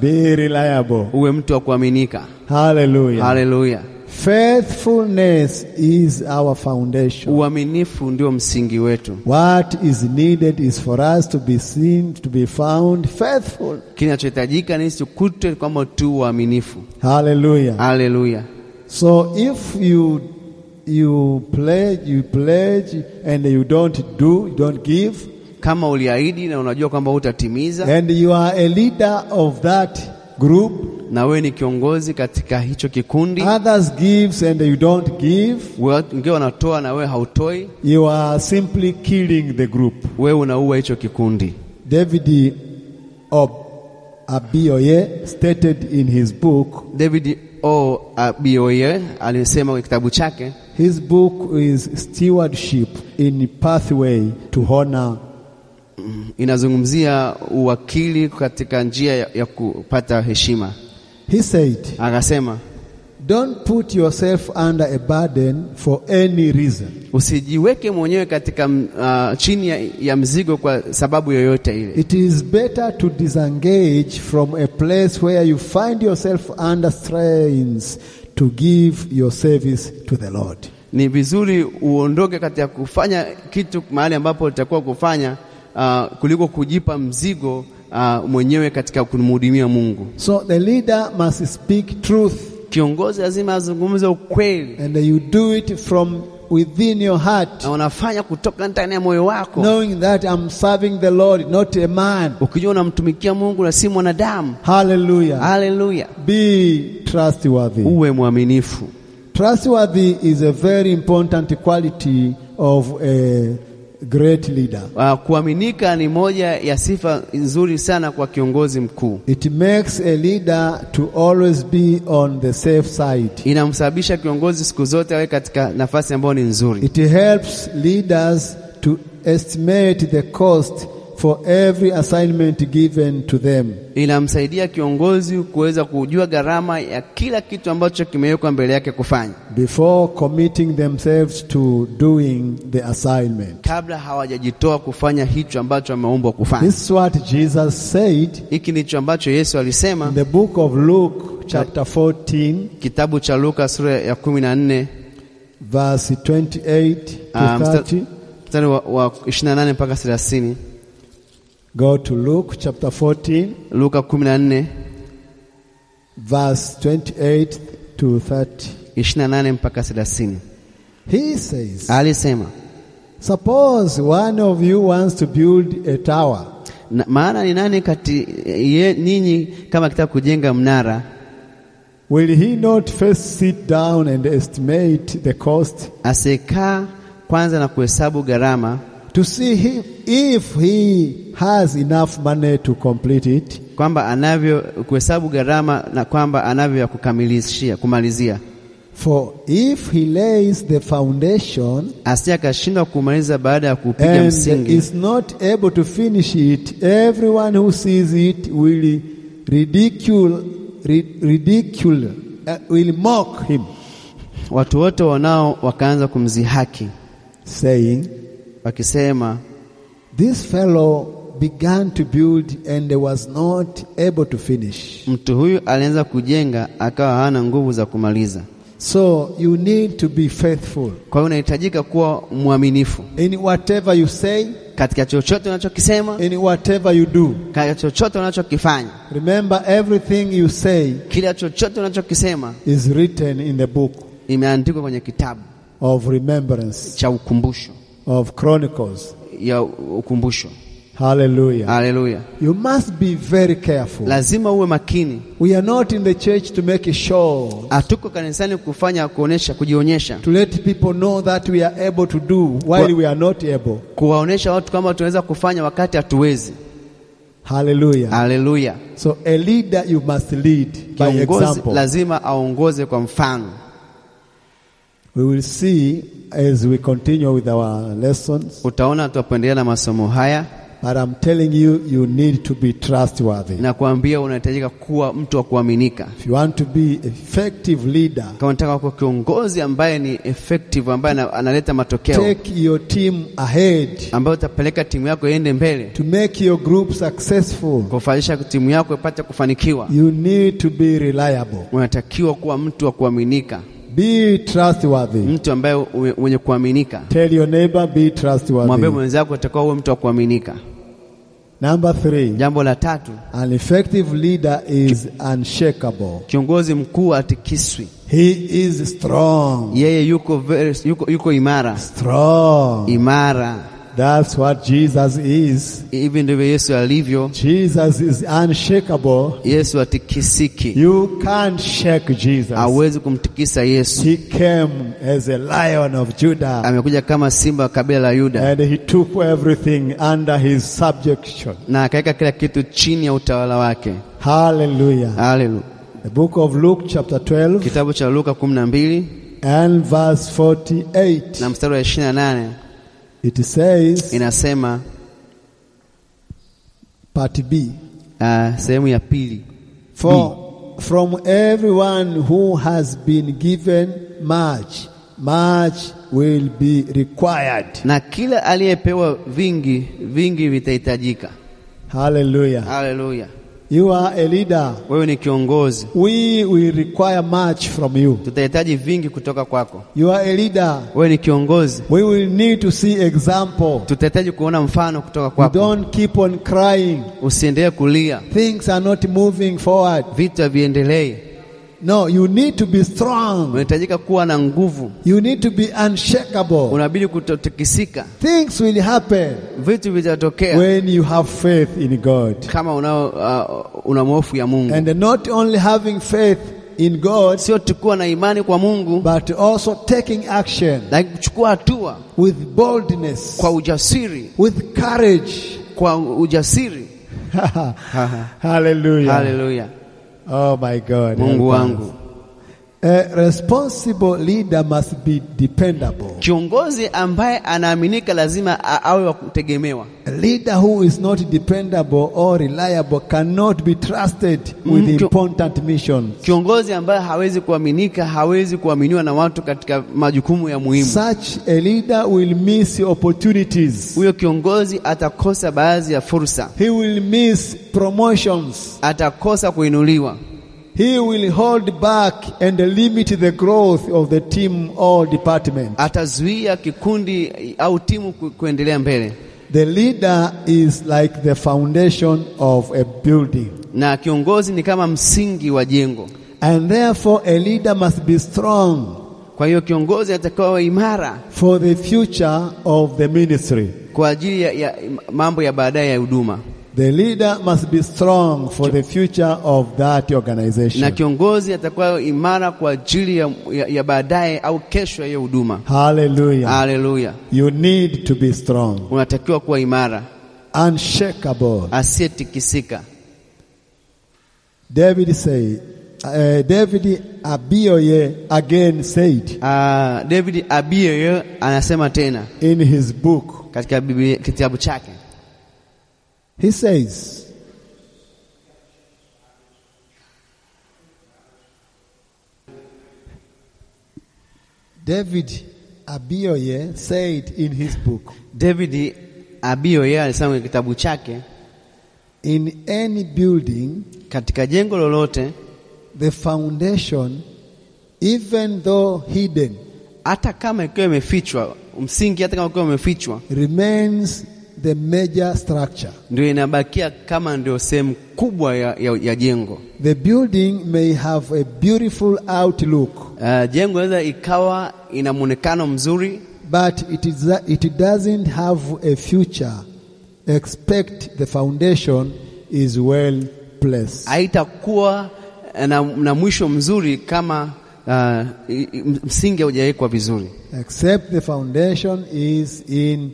Speaker 1: Be reliable.
Speaker 2: uwe mtu wa kuaminika.
Speaker 1: Hallelujah.
Speaker 2: Haleluya!
Speaker 1: Faithfulness is our foundation.
Speaker 2: Uaminifu ndio msingi wetu.
Speaker 1: What is needed is for us to be seen, to be found faithful.
Speaker 2: Kinachohitajika ni tukutwe kwamba tu waaminifu.
Speaker 1: Hallelujah.
Speaker 2: Haleluya!
Speaker 1: So if you you pledge, you pledge and you don't do, you don't give,
Speaker 2: Kama uliahidi na unajua kwamba utatimiza,
Speaker 1: and you are a leader of that group,
Speaker 2: na wewe ni kiongozi katika hicho kikundi,
Speaker 1: others gives and you don't give,
Speaker 2: watu wengine wanatoa na wewe hautoi,
Speaker 1: you are simply killing the group.
Speaker 2: wewe unaua hicho kikundi.
Speaker 1: David Ob Abioye stated in his book,
Speaker 2: David O. Abioye alisema kwenye kitabu chake,
Speaker 1: his book is Stewardship in Pathway to Honor.
Speaker 2: inazungumzia uwakili katika njia ya, ya kupata heshima.
Speaker 1: He said,
Speaker 2: Akasema
Speaker 1: Don't put yourself under a burden for any reason.
Speaker 2: usijiweke mwenyewe katika uh, chini ya, ya mzigo kwa sababu yoyote ile.
Speaker 1: It is better to disengage from a place where you find yourself under strains to give your service to the Lord.
Speaker 2: Ni vizuri uondoke katika kufanya kitu mahali ambapo utakuwa kufanya uh, kuliko kujipa mzigo uh, mwenyewe katika kumhudumia Mungu.
Speaker 1: So the leader must speak truth,
Speaker 2: Kiongozi lazima azungumze ukweli,
Speaker 1: and you do it from within your heart,
Speaker 2: na unafanya kutoka ndani ya moyo wako,
Speaker 1: knowing that I'm serving the Lord, not a man.
Speaker 2: ukijua unamtumikia Mungu na si mwanadamu.
Speaker 1: Hallelujah.
Speaker 2: Haleluya,
Speaker 1: Be trustworthy.
Speaker 2: uwe mwaminifu.
Speaker 1: Trustworthy is a very important quality of a great leader.
Speaker 2: Uh, kuaminika ni moja ya sifa nzuri sana kwa kiongozi mkuu.
Speaker 1: It makes a leader to always be on the safe side.
Speaker 2: Inamsababisha kiongozi siku zote awe katika nafasi ambayo ni nzuri.
Speaker 1: It helps leaders to estimate the cost for every assignment given to them.
Speaker 2: Inamsaidia kiongozi kuweza kujua gharama ya kila kitu ambacho kimewekwa mbele yake kufanya
Speaker 1: before committing themselves to doing the assignment.
Speaker 2: kabla hawajajitoa kufanya hicho ambacho ameumbwa kufanya.
Speaker 1: This is what Jesus said
Speaker 2: Hiki ndicho ambacho Yesu alisema
Speaker 1: in the book of Luke, chapter 14,
Speaker 2: kitabu cha Luka sura ya kumi na nne
Speaker 1: verse 28 to
Speaker 2: ah, msta-
Speaker 1: 30.
Speaker 2: mstari wa, wa 28 mpaka 30.
Speaker 1: Go to Luke, chapter 14,
Speaker 2: Luka 14
Speaker 1: verse 28 to 30.
Speaker 2: 28 mpaka 30.
Speaker 1: He says,
Speaker 2: Alisema
Speaker 1: Suppose one of you wants to build a tower.
Speaker 2: na, maana ni nani kati ye, ninyi kama akitaka kujenga mnara
Speaker 1: Will he not first sit down and estimate the cost
Speaker 2: asiyekaa kwanza na kuhesabu gharama,
Speaker 1: to see he, if he has enough money to complete it?
Speaker 2: kwamba anavyo kuhesabu gharama na kwamba anavyo ya kukamilishia kumalizia,
Speaker 1: For if he lays the foundation
Speaker 2: asije akashindwa kumaliza baada ya kupiga
Speaker 1: and
Speaker 2: msingi,
Speaker 1: is not able to finish it, everyone who sees it will ridicule, ri- ridicule uh, will mock him,
Speaker 2: watu wote wanao wakaanza kumzihaki
Speaker 1: saying,
Speaker 2: wakisema,
Speaker 1: This fellow began to build and was not able to finish.
Speaker 2: mtu huyu alianza kujenga akawa hana nguvu za kumaliza.
Speaker 1: So you need to be faithful
Speaker 2: Kwa hiyo unahitajika kuwa mwaminifu
Speaker 1: in whatever you say,
Speaker 2: katika chochote unachokisema,
Speaker 1: in whatever you do.
Speaker 2: katika chochote unachokifanya.
Speaker 1: Remember, everything you say
Speaker 2: Kila chochote unachokisema
Speaker 1: is written in the book
Speaker 2: imeandikwa kwenye kitabu
Speaker 1: of remembrance
Speaker 2: cha ukumbusho
Speaker 1: of Chronicles.
Speaker 2: ya ukumbusho.
Speaker 1: Hallelujah.
Speaker 2: Haleluya!
Speaker 1: You must be very careful.
Speaker 2: Lazima uwe makini.
Speaker 1: We are not in the church to make a show,
Speaker 2: Hatuko kanisani kufanya kuonesha, kujionyesha,
Speaker 1: to let people know that we are able to do while we are not able.
Speaker 2: kuwaonesha watu kama tunaweza kufanya wakati hatuwezi.
Speaker 1: Hallelujah.
Speaker 2: haleluya
Speaker 1: so a leader you must lead by
Speaker 2: kiongozi
Speaker 1: example.
Speaker 2: lazima aongoze kwa mfano
Speaker 1: We will see as we continue with our lessons,
Speaker 2: utaona tutapoendelea na masomo haya
Speaker 1: but I'm telling you, you need to be trustworthy.
Speaker 2: na kuambia unahitajika kuwa mtu wa kuaminika
Speaker 1: If you want to be effective leader,
Speaker 2: kama nataka kuwa kiongozi ambaye ni effective ambaye ana- analeta matokeo
Speaker 1: take your team ahead
Speaker 2: ambayo utapeleka timu yako iende mbele
Speaker 1: to make your group successful.
Speaker 2: kufanisha timu yako ipate kufanikiwa
Speaker 1: You need to be reliable.
Speaker 2: unatakiwa kuwa mtu wa kuaminika
Speaker 1: Be trustworthy.
Speaker 2: mtu ambaye ume- mwenye kuaminika
Speaker 1: Tell your neighbor, be
Speaker 2: mwambie
Speaker 1: trustworthy.
Speaker 2: mwenzako atakuwa uwe mtu wa kuaminika
Speaker 1: Number three,
Speaker 2: jambo la tatu
Speaker 1: an effective leader is unshakable.
Speaker 2: kiongozi mkuu atikiswi
Speaker 1: He is strong.
Speaker 2: yeye yuko, very- yuko, yuko imara
Speaker 1: Strong.
Speaker 2: imara
Speaker 1: That's what Jesus is.
Speaker 2: hivi ndivyo yesu alivyo
Speaker 1: Jesus is unshakable.
Speaker 2: yesu atikisiki
Speaker 1: You can't shake Jesus.
Speaker 2: hawezi kumtikisa yesu
Speaker 1: He came as a lion of Judah
Speaker 2: amekuja kama simba wa kabila la yuda
Speaker 1: and he took everything under his subjection.
Speaker 2: na akaweka kila kitu chini ya utawala wake
Speaker 1: Hallelujah.
Speaker 2: haleluya
Speaker 1: The book of Luke, chapter 12
Speaker 2: kitabu cha luka 12
Speaker 1: and verse 48,
Speaker 2: na mstari wa 28
Speaker 1: it says,
Speaker 2: inasema
Speaker 1: part B,
Speaker 2: uh, sehemu ya pili
Speaker 1: For from everyone who has been given much, much will be required.
Speaker 2: na kila aliyepewa vingi vingi vitahitajika
Speaker 1: Hallelujah.
Speaker 2: haleluya
Speaker 1: You are a leader.
Speaker 2: wewe ni kiongozi
Speaker 1: We will require much from you.
Speaker 2: tutahitaji vingi kutoka kwako
Speaker 1: You are a leader.
Speaker 2: wewe ni kiongozi
Speaker 1: We will need to see example.
Speaker 2: tutahitaji kuona mfano kutoka
Speaker 1: You
Speaker 2: kwako
Speaker 1: don't keep on crying.
Speaker 2: usiendelee kulia
Speaker 1: Things are not moving forward.
Speaker 2: vitu haviendelei
Speaker 1: No, you need to be strong.
Speaker 2: unahitajika kuwa na nguvu
Speaker 1: You need to be unshakable.
Speaker 2: unabidi kutotikisika
Speaker 1: Things will happen
Speaker 2: vitu vitatokea
Speaker 1: when you have faith in God.
Speaker 2: kama unao uh, una hofu ya mungu
Speaker 1: And not only having faith in God,
Speaker 2: sio tukuwa na imani kwa mungu
Speaker 1: but also taking action
Speaker 2: lakini kuchukua hatua
Speaker 1: with boldness,
Speaker 2: kwa ujasiri
Speaker 1: with courage.
Speaker 2: kwa ujasiri
Speaker 1: Hallelujah.
Speaker 2: haleluya
Speaker 1: Oh my God.
Speaker 2: mungu
Speaker 1: help us.
Speaker 2: wangu
Speaker 1: A responsible leader must be dependable.
Speaker 2: kiongozi ambaye anaaminika lazima a- awe wa kutegemewa
Speaker 1: A leader who is not dependable or reliable cannot be trusted with
Speaker 2: Mhm.
Speaker 1: important missions.
Speaker 2: kiongozi ambaye hawezi kuaminika hawezi kuaminiwa na watu katika majukumu ya muhimu
Speaker 1: Such a leader will miss opportunities.
Speaker 2: huyo kiongozi atakosa baadhi ya fursa
Speaker 1: He will miss promotions.
Speaker 2: atakosa kuinuliwa
Speaker 1: He will hold back and limit the growth of the team or department.
Speaker 2: atazuia kikundi au timu ku- kuendelea mbele
Speaker 1: The leader is like the foundation of a building.
Speaker 2: na kiongozi ni kama msingi wa jengo
Speaker 1: And therefore, a leader must be strong.
Speaker 2: kwa hiyo kiongozi atakiwa awe imara
Speaker 1: for the future of the ministry.
Speaker 2: kwa ajili ya, ya mambo ya baadaye ya huduma
Speaker 1: The leader must be strong for the future of that
Speaker 2: na
Speaker 1: organization.
Speaker 2: kiongozi atakuwa imara kwa ajili ya, ya, ya baadaye au kesho ya hiyo huduma
Speaker 1: Hallelujah.
Speaker 2: haleluya
Speaker 1: You need to be strong,
Speaker 2: unatakiwa kuwa imara Uh,
Speaker 1: unshakable.
Speaker 2: asiyetikisika
Speaker 1: David say, uh, David Abioye again said
Speaker 2: uh, David Abiyo anasema tena
Speaker 1: in his book,
Speaker 2: katika Biblia, kitabu chake
Speaker 1: he says, David Abioye said in his book,
Speaker 2: David Abiyo anasema kwenye kitabu chake
Speaker 1: In any building,
Speaker 2: katika jengo lolote
Speaker 1: the foundation, even though hidden,
Speaker 2: hata kama ikiwa imefichwa msingi hata kama ikiwa imefichwa
Speaker 1: remains the major structure.
Speaker 2: ndio inabakia kama ndio sehemu kubwa ya, ya, ya jengo
Speaker 1: The building may have a beautiful outlook,
Speaker 2: uh, jengo inaweza ikawa ina mwonekano mzuri
Speaker 1: but it, is, it doesn't have a future. Expect the foundation is well placed.
Speaker 2: haitakuwa eh, na, na mwisho mzuri kama uh, i- i- msingi haujawekwa vizuri
Speaker 1: Except the foundation is in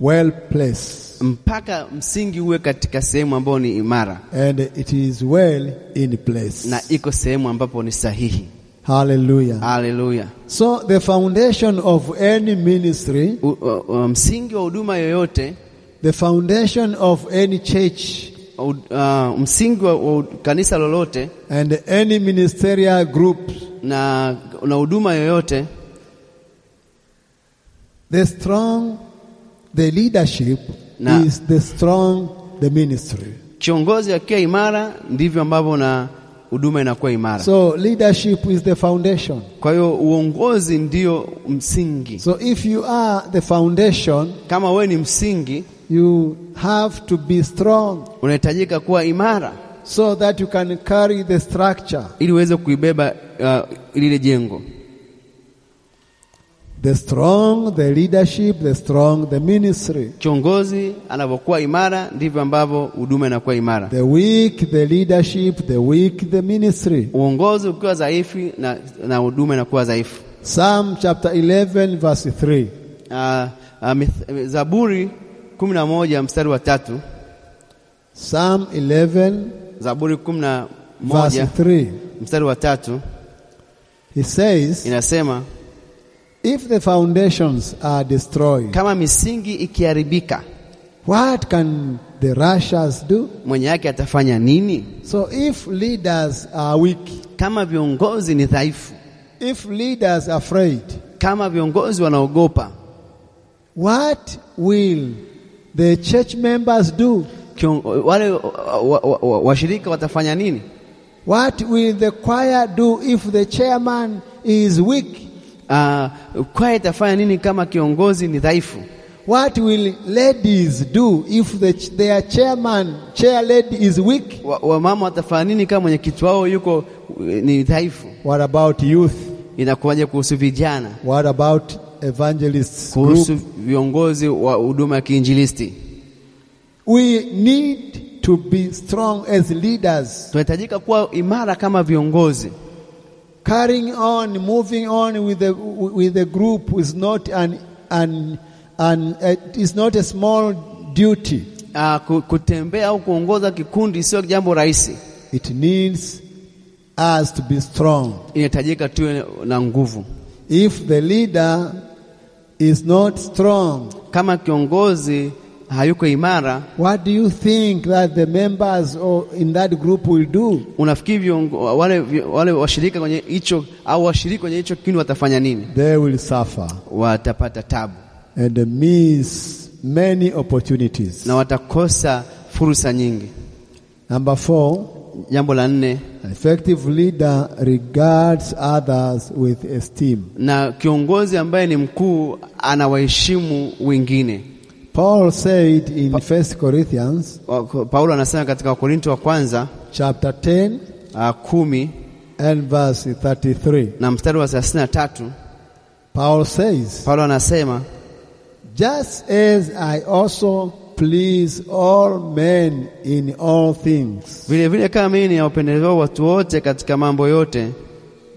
Speaker 1: well placed,
Speaker 2: mpaka msingi uwe katika sehemu ambayo ni imara
Speaker 1: and it is well in place.
Speaker 2: na Ah. iko sehemu ambapo ni sahihi.
Speaker 1: Hallelujah.
Speaker 2: Haleluya!
Speaker 1: So the foundation of any ministry,
Speaker 2: U- u- u- Msingi wa huduma yoyote
Speaker 1: the foundation of any church
Speaker 2: u- uh, msingi wa, wa kanisa lolote
Speaker 1: and any ministerial group,
Speaker 2: na na huduma yoyote
Speaker 1: the strong, the leadership
Speaker 2: Na-
Speaker 1: is the strong, the ministry.
Speaker 2: kiongozi akiwa imara ndivyo ambavyo na huduma inakuwa imara.
Speaker 1: So leadership is the foundation.
Speaker 2: Kwa hiyo uongozi ndio msingi.
Speaker 1: So if you are the foundation,
Speaker 2: Kama we ni msingi,
Speaker 1: you have to be strong
Speaker 2: unahitajika kuwa imara
Speaker 1: so that you can carry the structure.
Speaker 2: ili uweze kuibeba uh, lile jengo.
Speaker 1: The strong, the leadership, the strong, the ministry.
Speaker 2: Kiongozi anapokuwa imara ndivyo ambavyo huduma inakuwa imara.
Speaker 1: The weak, the leadership, the weak, the ministry.
Speaker 2: Uongozi ukiwa dhaifu na na huduma inakuwa dhaifu.
Speaker 1: Psalm chapter 11 verse 3.
Speaker 2: Uh, uh, mith- Zaburi kumi na moja mstari wa tatu
Speaker 1: Psalm 11
Speaker 2: Zaburi kumi na moja
Speaker 1: verse 3.
Speaker 2: mstari wa tatu
Speaker 1: He says,
Speaker 2: inasema
Speaker 1: if the foundations are destroyed,
Speaker 2: kama misingi ikiharibika
Speaker 1: what can the rushers do?
Speaker 2: mwenye yake atafanya nini?
Speaker 1: So if leaders are weak,
Speaker 2: Kama viongozi ni dhaifu,
Speaker 1: if leaders are afraid,
Speaker 2: kama viongozi wanaogopa,
Speaker 1: what will the church members do?
Speaker 2: kion- wale washirika wa, wa, wa, washirika watafanya nini?
Speaker 1: What will the choir do if the chairman is weak?
Speaker 2: Uh, kwaya itafanya nini kama kiongozi ni dhaifu?
Speaker 1: What will ladies do if the ch- their chairman, chair lady is weak?
Speaker 2: Wa- Wamama watafanya nini kama mwenyekiti wao yuko eh, ni dhaifu?
Speaker 1: What about youth?
Speaker 2: Inakuwaje kuhusu vijana,
Speaker 1: What about evangelists?
Speaker 2: kuhusu
Speaker 1: Group?
Speaker 2: viongozi wa huduma ya kiinjilisti?
Speaker 1: We need to be strong as leaders,
Speaker 2: Tunahitajika kuwa imara kama viongozi.
Speaker 1: carrying on, moving on with the with the group is not an an an it is not a small duty.
Speaker 2: Uh, ku- kutembea au kuongoza kikundi sio jambo rahisi,
Speaker 1: It needs us to be strong.
Speaker 2: inahitajika tuwe na nguvu.
Speaker 1: If the leader is not strong,
Speaker 2: Kama kiongozi hayuko imara,
Speaker 1: What do you think that the members or in that group will do?
Speaker 2: unafikiri viongo, wale, vi- wale washirika kwenye hicho au washiriki kwenye hicho kikundi watafanya nini?
Speaker 1: They will suffer
Speaker 2: Watapata tabu
Speaker 1: and miss many opportunities.
Speaker 2: na watakosa fursa nyingi.
Speaker 1: Number four,
Speaker 2: Jambo la nne,
Speaker 1: an effective leader regards others with esteem.
Speaker 2: na kiongozi ambaye ni mkuu anawaheshimu wengine.
Speaker 1: Paul said in 1 Corinthians
Speaker 2: Wa- Paulo anasema katika Wakorinto wa kwanza
Speaker 1: chapter 10
Speaker 2: uh, kumi
Speaker 1: and verse 33.
Speaker 2: na mstari wa 33
Speaker 1: Paul says,
Speaker 2: Paulo anasema
Speaker 1: Just as I also please all men in all things.
Speaker 2: Vile vile kama mimi ninawapendelea watu wote katika mambo yote,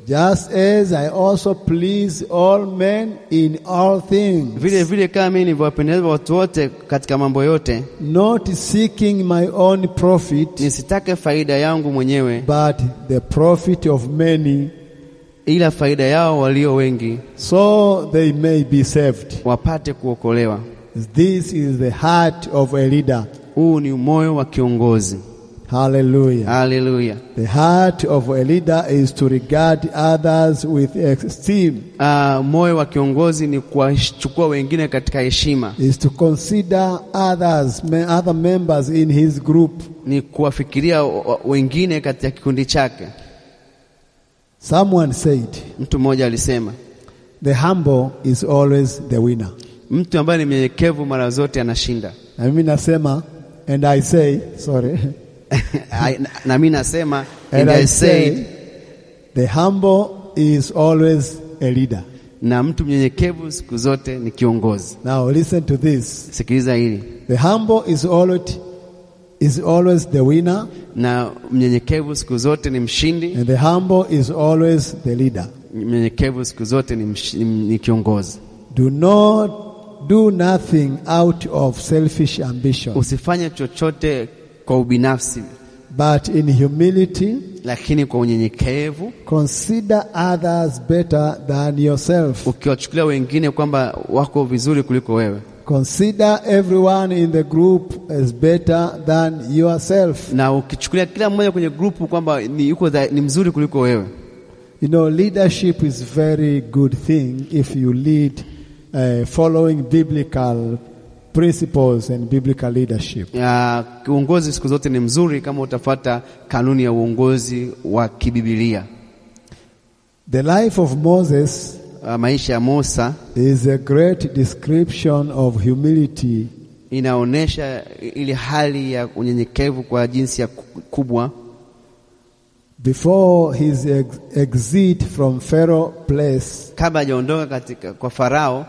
Speaker 1: Just as I also please all men in all things,
Speaker 2: vile vile kama mimi nilivyowapendelea watu wote katika mambo yote,
Speaker 1: not seeking my own profit,
Speaker 2: nisitake faida yangu mwenyewe,
Speaker 1: but the profit of many,
Speaker 2: ila faida yao walio wengi
Speaker 1: so they may be saved.
Speaker 2: wapate kuokolewa.
Speaker 1: This is the heart of a leader.
Speaker 2: Huu ni moyo wa kiongozi.
Speaker 1: Hallelujah.
Speaker 2: Haleluya!
Speaker 1: The heart of a leader is to regard others with esteem,
Speaker 2: Ah, moyo wa kiongozi ni kuwachukua wengine katika heshima,
Speaker 1: is to consider others, me- other members in his group.
Speaker 2: ni kuwafikiria wa- wa- wengine katika kikundi chake.
Speaker 1: Someone said,
Speaker 2: Mtu mmoja alisema,
Speaker 1: the humble is always the winner.
Speaker 2: mtu ambaye ni mnyenyekevu mara zote anashinda.
Speaker 1: Na mimi nasema and I say sorry
Speaker 2: I- na- na mimi nasema
Speaker 1: and
Speaker 2: and
Speaker 1: I
Speaker 2: I said,
Speaker 1: say the humble is always a leader.
Speaker 2: na mtu mnyenyekevu siku zote ni kiongozi.
Speaker 1: Now listen to this.
Speaker 2: Sikiliza hili,
Speaker 1: The humble is always is always the winner
Speaker 2: na mnyenyekevu siku zote ni mshindi,
Speaker 1: and the humble is always the leader.
Speaker 2: mnyenyekevu siku zote ni, msh, ni, ni kiongozi.
Speaker 1: Do not do nothing out of selfish ambition,
Speaker 2: Usifanye chochote kwa ubinafsi,
Speaker 1: but in humility
Speaker 2: lakini kwa unyenyekevu,
Speaker 1: consider others better than yourself.
Speaker 2: ukiwachukulia wengine kwamba wako vizuri kuliko wewe.
Speaker 1: Consider everyone in the group as better than yourself.
Speaker 2: na ukichukulia kila mmoja kwenye grupu kwamba ni, yuko dha, ni mzuri kuliko wewe.
Speaker 1: You know, leadership is very good thing if you lead uh, following biblical principles and biblical leadership.
Speaker 2: Ya, uongozi siku zote ni mzuri kama utafata kanuni ya uongozi wa kibibilia.
Speaker 1: The life of Moses
Speaker 2: Ah, Maisha ya Musa
Speaker 1: is a great description of humility
Speaker 2: inaonyesha ile hali ya unyenyekevu kwa jinsi ya ku- kubwa
Speaker 1: before his ex- exit from Pharaoh place.
Speaker 2: kabla hajaondoka katika kwa Farao.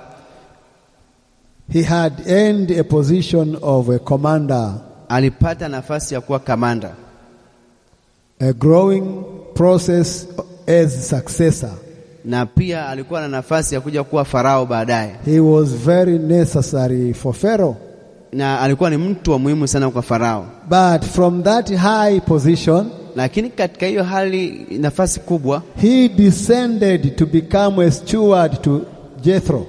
Speaker 1: He had earned a position of a commander,
Speaker 2: Alipata nafasi ya kuwa kamanda,
Speaker 1: a growing process as successor.
Speaker 2: na pia alikuwa na nafasi ya kuja kuwa Farao baadaye,
Speaker 1: He was very necessary for Pharaoh.
Speaker 2: na alikuwa ni mtu wa muhimu sana kwa Farao.
Speaker 1: But from that high position,
Speaker 2: Lakini katika hiyo hali, nafasi kubwa
Speaker 1: he descended to become a steward to Jethro.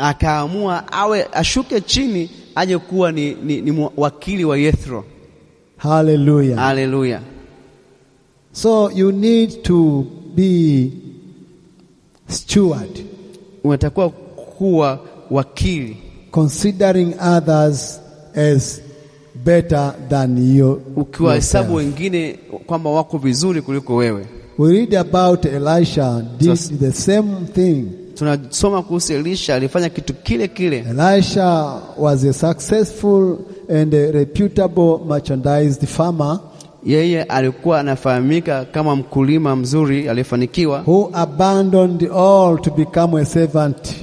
Speaker 2: akaamua awe ashuke chini aje kuwa ni, ni, ni mu- wakili wa Yethro.
Speaker 1: Hallelujah.
Speaker 2: Haleluya!
Speaker 1: So you need to be steward,
Speaker 2: Unatakiwa kuwa wakili,
Speaker 1: considering others as better than you.
Speaker 2: ukiwahesabu
Speaker 1: yourself.
Speaker 2: wengine kwamba wako vizuri kuliko wewe.
Speaker 1: We read about Elisha did
Speaker 2: So-
Speaker 1: the same thing.
Speaker 2: Tunasoma kuhusu Elisha, alifanya kitu kile kile.
Speaker 1: Elisha was a successful and a reputable merchandise farmer
Speaker 2: Yeye alikuwa anafahamika kama mkulima mzuri aliyefanikiwa,
Speaker 1: who abandoned all to become a servant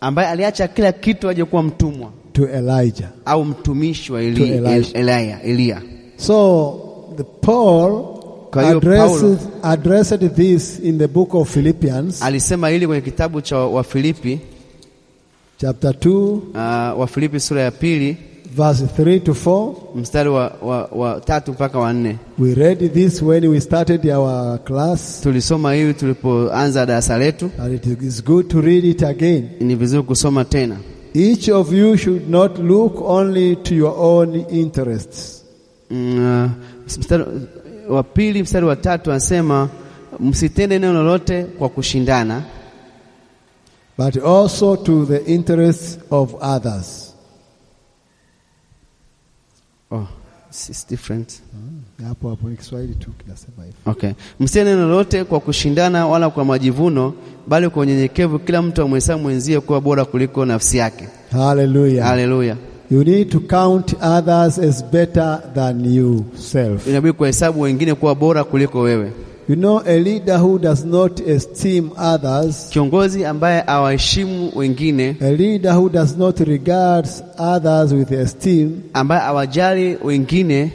Speaker 2: ambaye aliacha kila kitu aje kuwa mtumwa
Speaker 1: to Elijah.
Speaker 2: au mtumishi wa
Speaker 1: To
Speaker 2: Eli,
Speaker 1: Elisha.
Speaker 2: Elia, Elia.
Speaker 1: So the Paul
Speaker 2: Kwa hiyo Paulo-
Speaker 1: addressed, addressed this in the book of Philippians
Speaker 2: Alisema hili kwenye kitabu cha Wafilipi
Speaker 1: chapter 2
Speaker 2: uh, Wafilipi sura ya pili
Speaker 1: verse 3 to 4.
Speaker 2: mstari wa, wa, wa tatu mpaka wa nne.
Speaker 1: We read this when we started our class
Speaker 2: Tulisoma hivi tulipoanza darasa letu,
Speaker 1: and it is good to read it again.
Speaker 2: ni vizuri kusoma tena.
Speaker 1: Each of you should not look only to your own interests,
Speaker 2: Mm, uh, mstari wa pili mstari wa tatu anasema msitende neno lolote kwa kushindana,
Speaker 1: but also to the interests of others.
Speaker 2: oh, this is different.
Speaker 1: Hmm. Hapo hapo ni Kiswahili tu kinasema hivyo.
Speaker 2: Okay. Msitende neno lolote kwa kushindana wala kwa majivuno, bali kwa unyenyekevu kila mtu amhesabu mwenzie kuwa bora kuliko nafsi yake.
Speaker 1: Hallelujah.
Speaker 2: Haleluya!
Speaker 1: You need to count others as better than yourself.
Speaker 2: Inabidi kuhesabu wengine kuwa bora kuliko wewe.
Speaker 1: You know a leader who does not esteem others,
Speaker 2: Kiongozi ambaye awaheshimu wengine
Speaker 1: a leader who does not regard others with esteem,
Speaker 2: ambaye awajali wengine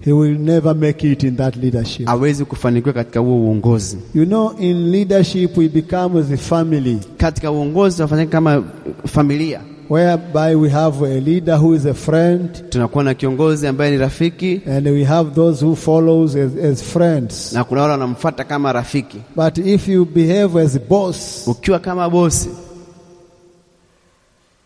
Speaker 1: he will never make it in that leadership.
Speaker 2: hawezi kufanikiwa katika huo uongozi.
Speaker 1: You know in leadership we become the family.
Speaker 2: Katika uongozi tunafanya kama familia,
Speaker 1: whereby we have a leader who is a friend
Speaker 2: tunakuwa na kiongozi ambaye ni rafiki
Speaker 1: and we have those who follows as, as friends
Speaker 2: na kuna wale wanamfuata kama rafiki.
Speaker 1: but if you behave as a boss
Speaker 2: Ukiwa kama bosi,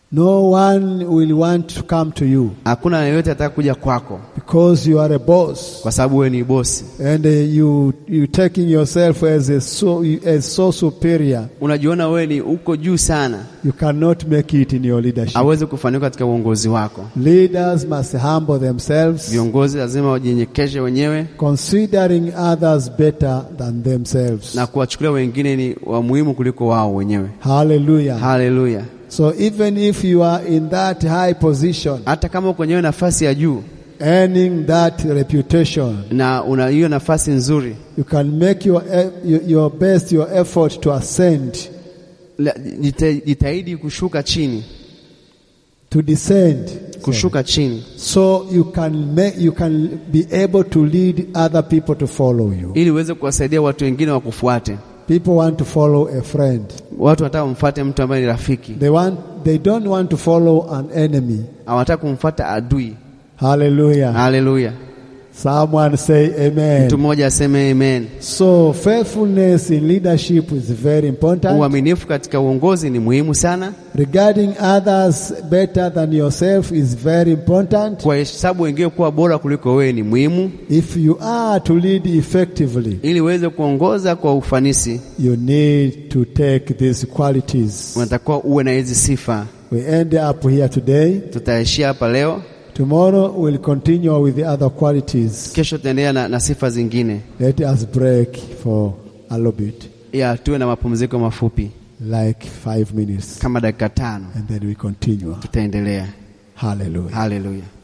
Speaker 1: no one will want to come to you
Speaker 2: hakuna yeyote ataka kuja kwako
Speaker 1: because you are a boss
Speaker 2: kwa sababu wewe ni bosi.
Speaker 1: and uh, you you taking yourself as a so as so superior
Speaker 2: Unajiona wewe ni uko juu sana,
Speaker 1: you cannot make it in your leadership
Speaker 2: hawezi kufanikiwa katika uongozi wako.
Speaker 1: leaders must humble themselves
Speaker 2: Viongozi lazima wajinyenyekeshe wenyewe
Speaker 1: considering others better than themselves
Speaker 2: na kuwachukulia wengine ni wa muhimu kuliko wao wenyewe.
Speaker 1: hallelujah
Speaker 2: Haleluya!
Speaker 1: So even if you are in that high position,
Speaker 2: Hata kama uko kwenye nafasi ya juu
Speaker 1: earning that reputation,
Speaker 2: na una hiyo nafasi nzuri
Speaker 1: you can make your e- your your best your effort to ascend,
Speaker 2: La- jita- jitahidi kushuka chini
Speaker 1: to descend,
Speaker 2: kushuka chini
Speaker 1: so you can make you can be able to lead other people to follow you.
Speaker 2: ili uweze kuwasaidia watu wengine wakufuate.
Speaker 1: People want to follow a friend.
Speaker 2: Watu wanataka kumfuate mtu ambaye ni rafiki,
Speaker 1: They want they don't want to follow an enemy.
Speaker 2: hawataka kumfuata adui.
Speaker 1: Hallelujah.
Speaker 2: Haleluya!
Speaker 1: Someone say
Speaker 2: Mtu
Speaker 1: amen.
Speaker 2: mmoja aseme amen.
Speaker 1: So faithfulness in leadership is very important.
Speaker 2: Uaminifu katika uongozi ni muhimu sana.
Speaker 1: Regarding others better than yourself is very important.
Speaker 2: Kuwahesabu wengine kuwa bora kuliko wewe ni muhimu.
Speaker 1: If you are to lead effectively,
Speaker 2: Ili uweze kuongoza kwa ufanisi,
Speaker 1: you need to take these qualities.
Speaker 2: unatakiwa uwe na hizi sifa.
Speaker 1: We end up here today.
Speaker 2: Tutaishia hapa leo,
Speaker 1: Tomorrow we'll continue with the other qualities.
Speaker 2: kesho tutaendelea na, na sifa zingine.
Speaker 1: Let us break for a little bit,
Speaker 2: Ya tuwe na mapumziko mafupi
Speaker 1: like five minutes,
Speaker 2: kama dakika tano,
Speaker 1: and then we continue.
Speaker 2: tutaendelea.
Speaker 1: Hallelujah.
Speaker 2: Haleluya.